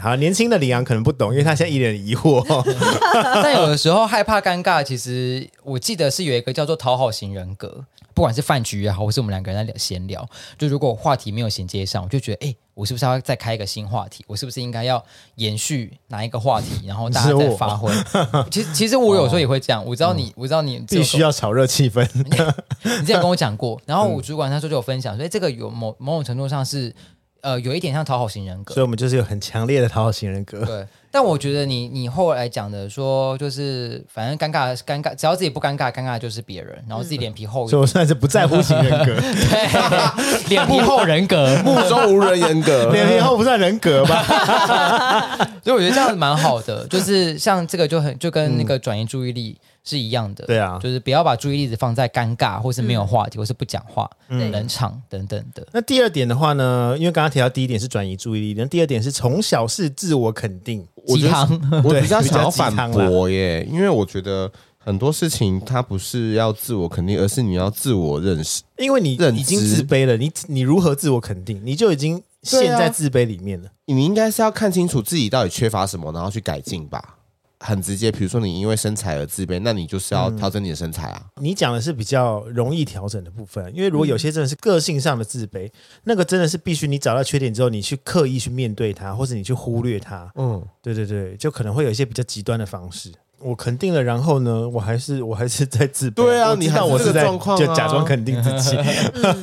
A: 好，年轻的李阳可能不懂，因为他现在一脸疑惑。
B: 但有的时候害怕尴尬，其实我记得是有一个叫做讨好型人格，不管是饭局也好，或是我们两个人在聊闲聊，就如果话题没有衔接上，我就觉得，哎、我是不是要再开一个新话题？我是不是应该要延续哪一个话题，然后大
A: 是
B: 家再
A: 我嗯
B: 发挥？ 其实，其实我有时候也会这样。我知道你，我知道你只有
A: 必须要嗯炒热气氛。
B: 你之前跟我讲过，然后我主管他说就有分享，所以这个有某某种程度上是，呃，有一点像讨好型人格
A: 所以。我们就是有很强烈的讨好型人格。
B: 对， 但我觉得你你后来讲的说，就是反正尴尬尴尬，只要自己不尴尬，尴尬的就是别人，然后自己脸皮厚一
A: 所以
B: 点，
A: 我算是不在乎型人 格，
B: 对，脸皮厚人格。
C: 目中无人人 格，
A: 脸皮厚不算人格吧？
B: 所以我觉得这样子蛮好的，就是像这个就很就跟那个转移注意力是一样的，
A: 对啊
B: 就是不要把注意力只放在尴尬或是没有话题、或是不讲话、
D: 嗯
B: 冷场等等的。
A: 那第二点的话呢，因为刚刚提到第一点是转移注意力，那第二点是从小是自我肯定。
C: 我觉
B: 鸡汤
C: 得我比较
A: 对
C: 想要
A: 比较鸡
C: 反
A: 汤啦
C: 驳耶，因为我觉得很多事情它不是要自我肯定，而是你要自我认识。
A: 因为你
C: 认知
A: 已经自卑了，你你如何自我肯定？你就已经陷在自卑里面了。
C: 你应该是要看清楚自己到底缺乏什么，然后去改进吧。很直接，比如说你因为身材而自卑，那你就是
A: 嗯
C: 要调整你的身材啊。
A: 你讲的是比较容易调整的部分，因为如果有些真的是个性上的自卑，那个真的是必须你找到缺点之后，你去刻意去面对它，或者你去忽略它。
C: 嗯，
A: 对对对，就可能会有一些比较极端的方式。我肯定了，然后呢，我还是 我还是在自卑。
C: 对啊
A: 我知道
C: 你还
A: 我
C: 是这个
A: 是在
C: 状况啊
A: 就假装肯定自 己。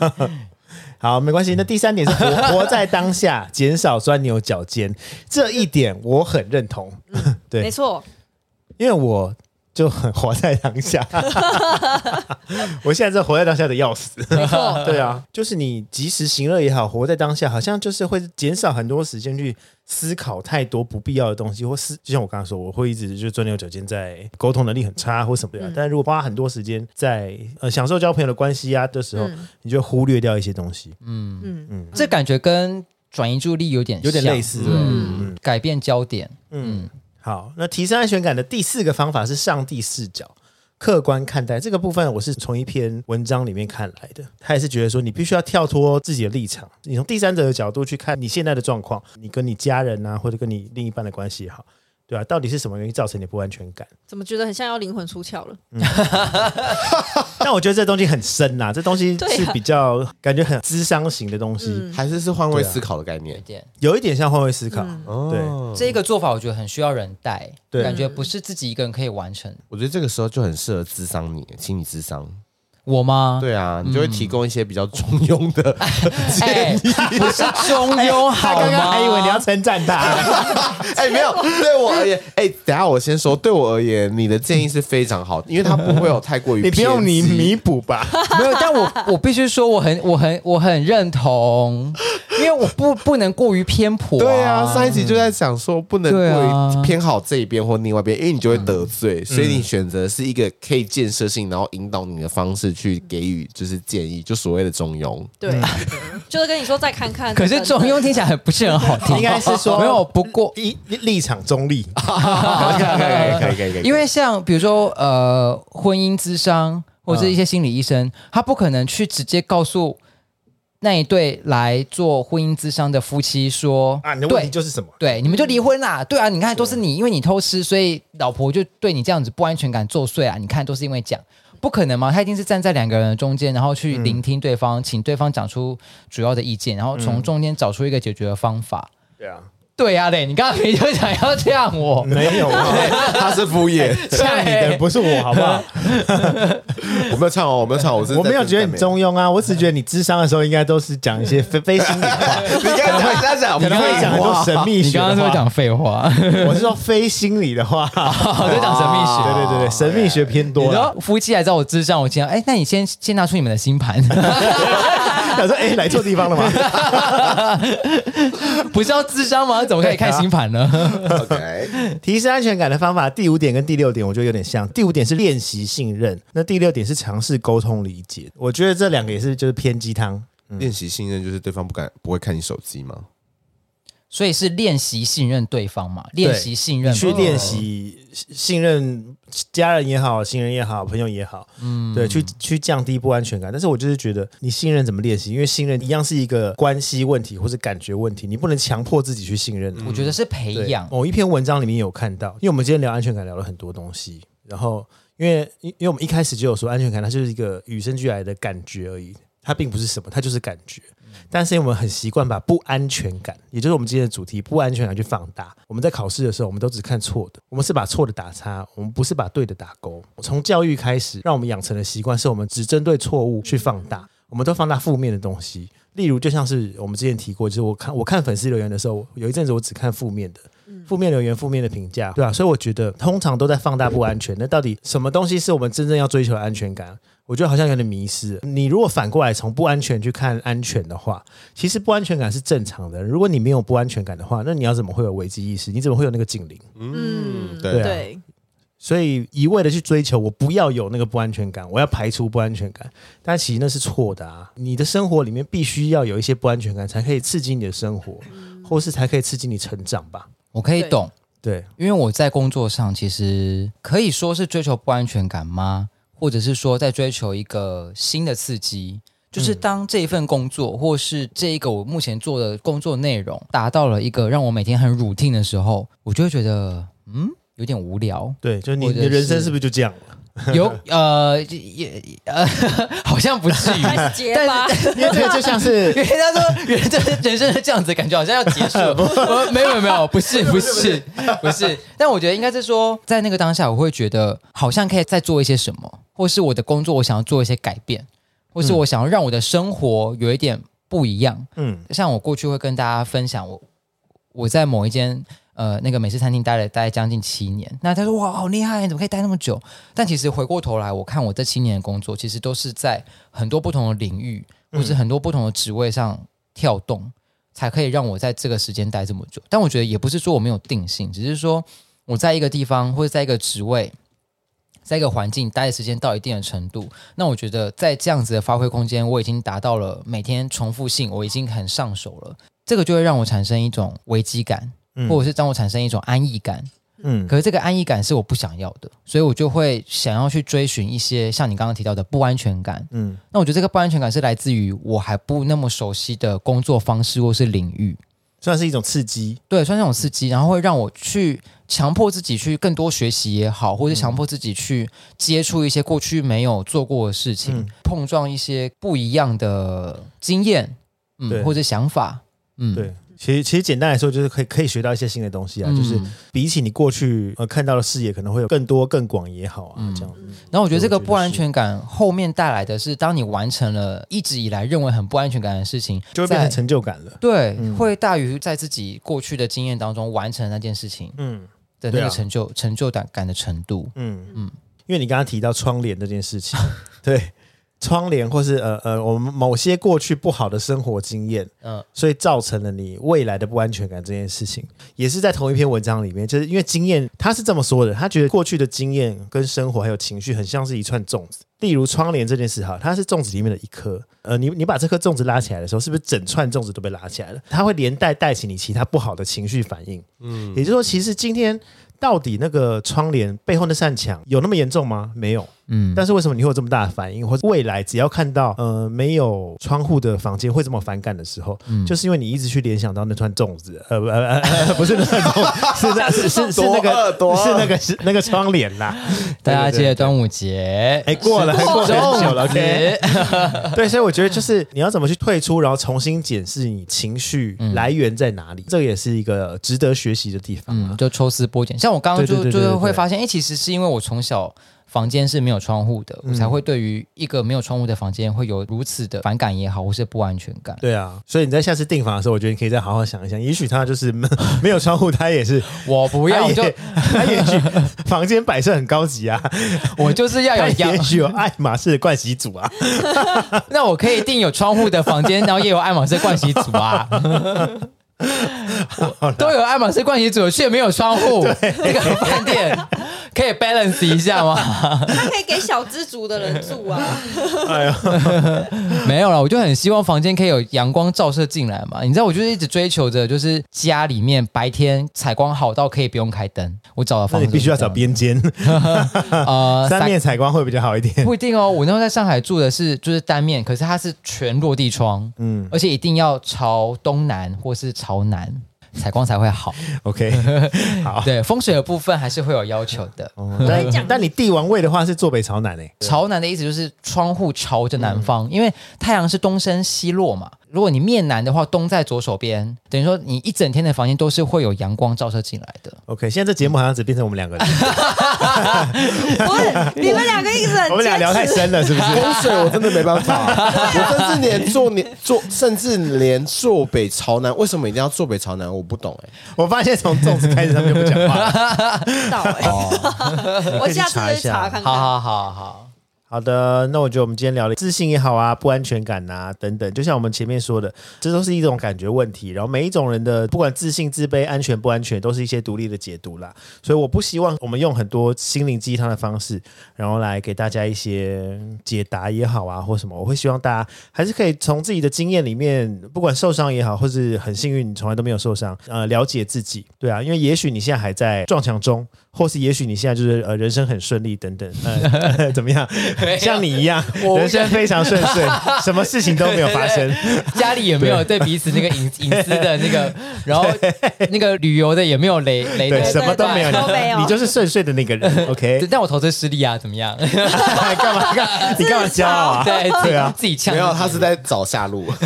A: 好，没关系。那第三点是活活在当下，减少钻牛角尖，这一点我很认同，对
D: 没错，
A: 因为我就很活在当 下。我现在这活在当下的要死。
D: 没错，
A: 对啊，就是你及时行乐也好，活在当下，好像就是会减少很多时间去思考太多不必要的东西，或是就像我刚刚说，我会一直就钻牛角尖，在沟通能力很差或什么的、啊。但如果花很多时间在呃享受交朋友的关系啊的时候，
D: 嗯
A: 你就忽略掉一些东西，
D: 嗯，
B: 这感觉跟转移注意力有点
A: 有点
B: 像
A: 类似。
B: 嗯，改变焦点，
A: 好，那提升安全感的第四个方法是上帝视角。客观看待这个部分，我是从一篇文章里面看来的。他也是觉得说，你必须要跳脱自己的立场，你从第三者的角度去看你现在的状况，你跟你家人啊，或者跟你另一半的关系也好，对吧、到底是什么原因造成你不安全感？
D: 怎么觉得很像要灵魂出
A: 嗯
D: 窍了？
A: 但我觉得这东西很深呐、这东西
D: 对啊
A: 是比较感觉很智商型的东西，
C: 还是是换位思考的概
B: 有
A: 啊
C: 念。
D: 嗯
B: 点。
A: 有一点像换位思考。
C: 哦
A: 对，
B: 这个做法我觉得很需要人带，
A: 嗯对
B: 感觉不是自己一个人可以完成。
C: 我觉得这个时候就很适合智商你，请你智商。
B: 我
A: 嗯
B: 吗？
C: 对啊，你就会提供一些比较中庸的
B: 哎，
C: 建议。
B: 不是中庸
A: 哎他
B: 好吗？
A: 刚刚还以为你要称赞他，
C: 哎，没有，对我而言，哎，等一下我先说，对我而言，你的建议是非常好，因为它不会有太过 于
A: 你不用
C: 偏
A: 你
C: 激
A: 弥补 吧？
B: 没有，但我我必须说，我很我很我很认同，因为我不不能过于偏颇、
C: 对啊，上一集就在讲说不能过
B: 对啊
C: 于偏好这一边或另外一边，因为你就会得罪，所以你选择是一个可以建设性，然后引导你的方式去给予就是建议，就所谓的中庸。
D: 对，就是跟你说再看看。
B: 可是中庸听起来很不是很好听，
A: 应该是说
B: 没有。不过，啊
A: 立立立场中立，
C: 可以可以可以可以
B: 因为像比如说呃，婚姻咨商或
A: 嗯
B: 者是一些心理医生，他不可能去直接告诉那一对来做婚姻咨商的夫妻说
A: 啊，你的问题
B: 对。
A: 就是什么？
B: 对，你们就离婚啦！对啊，你看都是你，因为你偷吃，所以老婆就对你这样子不安全感作祟啊！你看都是因为讲，不可能嘛？他一定是站在两个人的中间，然后去聆听对方，请对方讲出主要的意见，然后从中间找出一个解决的方法。
A: 对啊，
B: 对呀、啊，嘞，你刚刚没就想要这样我，
A: 没有 啊，
C: 他是敷衍，
A: 哎呛你的不是我，好不好？
C: 我没有唱哦，我没有唱，我是
A: 我没有觉得你中庸啊，我只是觉得你智商的时候应该都是讲一些非非心里话，
C: 你刚才讲他讲，
A: 你不会讲很多神秘
B: 你
A: 学
B: 刚刚
A: 的
B: 是不是
A: 话。
B: 讲废话，
A: 我是说非心理的话，
B: 我哦在讲神秘学。
A: 对对对对，神秘学偏多
B: 然
A: 了。
B: 后夫妻来找我智商，我经常哎，那你先先拿出你们的星盘，
A: 他说：“哎，来错地方了吗
B: 不是要智商吗？怎么可以看星盘呢？
C: OK，？”
A: 提升安全感的方法，第五点跟第六点我觉得有点像。第五点是练习信任，那第六点是尝试沟通理解。我觉得这两个也是就是偏鸡汤，
C: 练习信任就是对方不敢不会看你手机吗？
B: 所以是练习信任对方嘛，练习信任哦
A: 你
B: 嘛，
A: 去练习信任家人也好，信任也好，朋友也好，嗯，对，去去降低不安全感。但是我就是觉得，你信任怎么练习？因为信任一样是一个关系问题或者感觉问题，你不能强迫自己去信任。
B: 我觉得是培
A: 对
B: 养。
A: 某一篇文章里面有看到，因为我们今天聊安全感聊了很多东西，然后。因为因因为我们一开始就有说安全感，它就是一个与生俱来的感觉而已，它并不是什么，它就是感觉。
B: 嗯
A: 但是因为我们很习惯把不安全感，也就是我们今天的主题不安全感去放大。我们在考试的时候，我们都只看错的，我们是把错的打叉，我们不是把对的打勾。从教育开始，让我们养成的习惯是我们只针对错误去放大，我们都放大负面的东西。例如，就像是我们之前提过，就是我看我看粉丝留言的时候，有一阵子我只看负面的，负面留言、负面的评价，对吧、啊所以我觉得通常都在放大不安全。那到底什么东西是我们真正要追求的安全感？我觉得好像有点迷失了。你如果反过来从不安全去看安全的话，其实不安全感是正常的。如果你没有不安全感的话，那你要怎么会有危机意识？你怎么会有那个警铃？
D: 嗯，
C: 对
A: 啊
D: 对，
A: 所以一味的去追求我不要有那个不安全感，我要排除不安全感，但其实那是错的啊！你的生活里面必须要有一些不安全感，才可以刺激你的生活，或是才可以刺激你成长吧？
B: 我可以
D: 对
B: 懂，
A: 对，。
B: 因为我在工作上其实可以说是追求不安全感吗？或者是说在追求一个新的刺激？就是当这一份工作，或是这一个我目前做的工作内容，达到了一个让我每天很 routine 的时候，我就会觉得，嗯，有点无聊
A: 对，就是你
B: 或者
A: 你的人生
B: 是
A: 是不是就这样了？
B: 有呃也呃， 好像不至于，
D: 开始结巴，
A: 因为这个就像是
B: 因为他说人生人生的这样子，感觉好像要 结束。我没有没有没有，不是 不是不是。但我觉得应该是说，在那个当下，我会觉得好像可以再做一些什么，或是我的工作我想要做一些改变，或是我想要让我的生活有一点不一样。
A: 嗯
B: 像我过去会跟大家分享我，我在某一间呃那个美式餐厅待了待了将近七年。那他说哇好厉害，你怎么可以待那么久？但其实回过头来，我看我这七年的工作，其实都是在很多不同的领域，或是很多不同的职位上跳动，才可以让我在这个时间待这么久。但我觉得也不是说我没有定性，只是说我在一个地方或者在一个职位。在一个环境待的时间到一定的程度，那我觉得在这样子的发挥空间，我已经达到了每天重复性，我已经很上手了。这个就会让我产生一种危机感，
A: 嗯
B: 或者是让我产生一种安逸感。
A: 嗯
B: 可是这个安逸感是我不想要的，所以我就会想要去追寻一些像你刚刚提到的不安全感。
A: 嗯
B: 那我觉得这个不安全感是来自于我还不那么熟悉的工作方式或是领域。
A: 算是一种刺激。
B: 对，算是那种刺激，然后会让我去强迫自己去更多学习也好，或者强迫自己去接触一些过去没有做过的事情，
A: 嗯
B: 碰撞一些不一样的经验，
A: 对
B: 嗯，或者想法，嗯，
A: 对，其实其实简单来说，就是可以可以学到一些新的东西啊，
B: 嗯
A: 就是比起你过去呃看到的视野，可能会有更多更广也好啊，
B: 嗯
A: 这样子。
B: 然后我觉得这个
A: 我觉得
B: 不安全感后面带来的是，当你完成了一直以来认为很不安全感的事情，
A: 就会变成
B: 在
A: 成就感了。
B: 对，
A: 嗯
B: 会大于在自己过去的经验当中完成那件事情
A: 嗯
B: 的
A: 对
B: 那
A: 啊
B: 个成就、成就感感的程度。
A: 嗯嗯
B: 嗯，
A: 因为你刚刚提到窗帘这件事 情，对窗帘或是呃呃，我们某些过去不好的生活经验，
B: 嗯，
A: 所以造成了你未来的不安全感这件事情，也是在同一篇文章里面，就是因为经验，他是这么说的，他觉得过去的经验跟生活还有情绪很像是一串粽子，例如窗帘这件事哈，它是粽子里面的一颗，呃，你你把这颗粽子拉起来的时候，是不是整串粽子都被拉起来了？它会连带带起你其他不好的情绪反应，嗯，也就是说，其实今天到底那个窗帘背后那扇墙有那么严重吗？没有，
B: 嗯，
A: 但是为什么你会有这么大的反应，或者未来只要看到呃没有窗户的房间会这么反感的时候，
B: 嗯
A: 就是因为你一直去联想到那串粽子，呃不呃呃呃 不是那串粽子，是那是是是那
C: 多饿
A: 个
C: 多饿
A: 是那个是那个窗帘 啦。
B: 大家记
A: 对
B: 得
A: 对对
B: 端午节，
A: 哎过了
B: 吃
A: 过很
B: 粽
A: 久了
B: 子
A: OK 对，所以我觉得就是你要怎么去退出，然后重新检视你情绪来源在哪里，这也是一个值得学习的地方啊
B: 嗯，。就抽丝剥茧。像我刚刚
A: 对对
B: 就
A: 对
B: 就
A: 对
B: 是
A: 对
B: 会
A: 对
B: 发现，哎、其实是因为我从小房间是没有窗户的，我
A: 嗯
B: 才会对于一个没有窗户的房间会有如此的反感也好，或是不安全感。
A: 对啊，所以你在下次订房的时候，我觉得你可以再好好想一想，也许他就是 没有窗户，他也是
B: 我不
A: 他
B: 要，我
A: 也
B: 就
A: 他也许房间摆设很高级 啊，
B: 我就是要
A: 他
B: 有阳
A: 也，许有爱马仕的盥洗组 啊。
B: 那我可以订有窗户的房间，然后也有爱马仕盥洗组 啊。我都有爱马仕盥洗组，却没有窗户，这个饭店可以 balance 一下吗？
D: 他可以给小资族的人住啊，
A: 哎呦，
B: 没有了，我就很希望房间可以有阳光照射进来嘛。你知道，我就是一直追求着，就是家里面白天采光好到可以不用开灯。我找的
A: 那
B: 房
A: 你
B: 子
A: 必须要
B: 都
A: 找
B: 是这
A: 边
B: 样
A: 间，
B: 呃
A: 三面采光会比较好一点。
B: 不一定哦。我那时候在上海住的是就是单面，可是它是全落地窗，
A: 嗯
B: 而且一定要朝东南或是朝南。采光才 会好。
A: OK，好。
B: 对风水的部分还是会有要求的。
D: 跟你讲
A: 但但你帝王位的话是坐北朝南欸诶、
B: 朝南的意思就是窗户朝着
A: 嗯
B: 南方，因为太阳是东升西落嘛。如果你面南的话，东在左手边，等于说你一整天的房间都是会有阳光照射进来的。
A: OK，现在这节目好像只变成我们两个 人，
D: 不是你们两个一直很
A: 我们俩聊太
D: 坚持，
A: 深了，是不是？
C: 风水我真的没办 法，我甚至连坐连坐，甚至连坐北朝南，为什么一定要坐北朝南？我不懂哎、
A: 我发现从粽子开始他们就不讲话了。
D: 知道哎，哦我下次
A: 可以去查一
D: 会
A: 下
D: 查看
B: 好
D: 看。
B: 好好好，
A: 好的，那我觉得我们今天聊的自信也好啊，不安全感呐、等等，就像我们前面说的，这都是一种感觉问题。然后每一种人的不管自信、自卑、安全不安全，都是一些独立的解读啦。所以我不希望我们用很多心灵鸡汤的方式，然后来给大家一些解答也好啊，或什么。我会希望大家还是可以从自己的经验里面，不管受伤也好，或是很幸运你从来都没有受伤，呃，了解自己。对啊，因为也许你现在还在撞墙中，或是也许你现在就是呃人生很顺利等等，呃怎么 样？像你一样，
B: 我
A: 人生非常顺遂，什么事情都没有发生。
B: 家里也没有对彼此那个 隐隐私的那个，然后那个旅游的也没有雷雷
A: 对，
B: 的，
D: 对
A: 什么都没有，
D: 对都没有
A: 你你就是顺遂的那个人。OK，
B: 对但我投资失利啊，怎么样？
A: 干嘛干？你干嘛骄傲啊？
B: 对
A: 对啊，
B: 自己呛
C: 没
B: 自己。
C: 有，他是在找下路，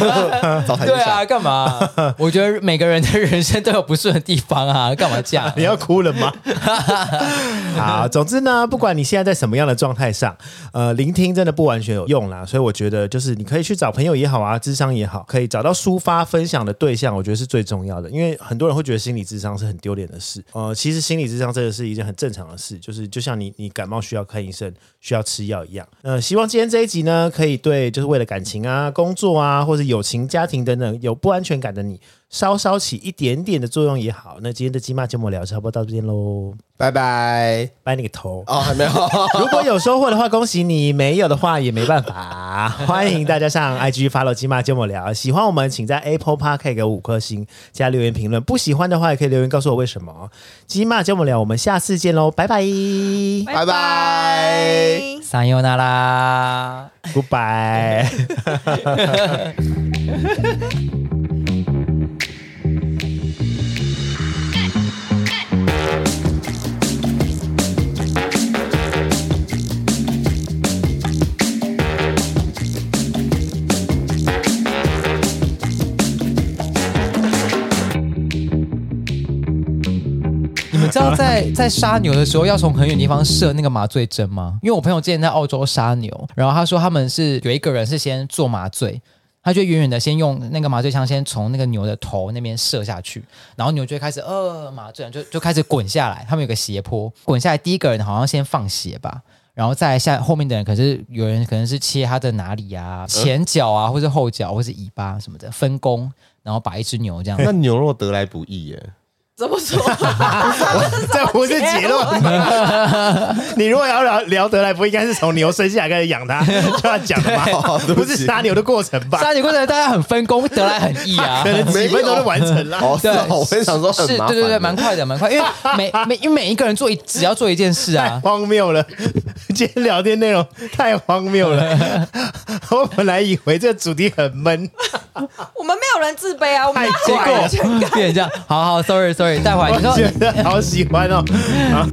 C: 找台阶
B: 对啊，
C: 下。
B: 干嘛？我觉得每个人的人生都有不顺的地方啊，干嘛这样？
A: 你要哭了吗？好，总之呢，不管你现在在什么样的状态上，呃，聆听真的不完全有用啦。所以我觉得，就是你可以去找朋友也好啊，智商也好，可以找到抒发分享的对象，我觉得是最重要的。因为很多人会觉得心理智商是很丢脸的事，呃，其实心理智商这个是一件很正常的事，就是就像你你感冒需要看医生、需要吃药一样。呃，希望今天这一集呢，可以对就是为了感情啊、工作啊，或者友情、家庭等等有不安全感的你，稍稍起一点点的作用也好。那今天的鸡骂节目聊差不多到这边喽，
C: 拜拜。
A: 拜你个头！
C: 哦，还没有。
A: 如果有收获的话，恭喜你；没有的话也没办法。欢迎大家上 IG follow 鸡妈跟我聊。喜欢我们，请在 Apple Park 给我五颗星加留言评论。不喜欢的话，也可以留言告诉我为什么。鸡妈跟我聊，我们下次见喽，拜拜
C: 拜拜
B: 撒尤那拉。
A: ，Goodbye。
B: 你们知道在在杀牛的时候要从很远地方射那个麻醉针吗？因为我朋友之前在澳洲杀牛，然后他说他们是有一个人是先做麻醉。他就远远的先用那个麻醉枪先从那个牛的头那边射下去，然后牛就会开始呃麻醉，就就开始滚下来。他们有个斜坡，滚下来第一个人好像先放血吧，然后再来下后面的人，可是有人可能是切他的哪里啊，前脚啊，或是后脚，或是尾巴什么的分工，然后把一只牛这 样。
C: 那牛肉得来不易耶，
D: 怎么说？
A: 这不是结论吗。你如果要聊聊得来，不应该是从牛生下来开始养它，就要讲的 吗？
C: 哦对
A: 不
C: 不起
A: 是杀牛的过程吧？
B: 杀牛过程大家很分工，得来很易啊
A: 可。能几分钟就完成了。
C: 哦，是
B: 对
C: 哦， 我也想说很
B: 是，
C: 麻
B: 对
C: 烦。
B: 对对，蛮快的，蛮快， 因为每每因为每一个人做一只要做一件事
A: 太
B: 啊，
A: 荒谬了！ 今天聊天内容太荒谬了。 我本来以为这个主题很闷，
D: 我们没有人自卑啊，我们
A: 太
B: 结
A: 怪了
B: 果变成这样，好好，sorry sorry，待会儿
A: 我
B: 你说
A: 觉得好喜欢哦。啊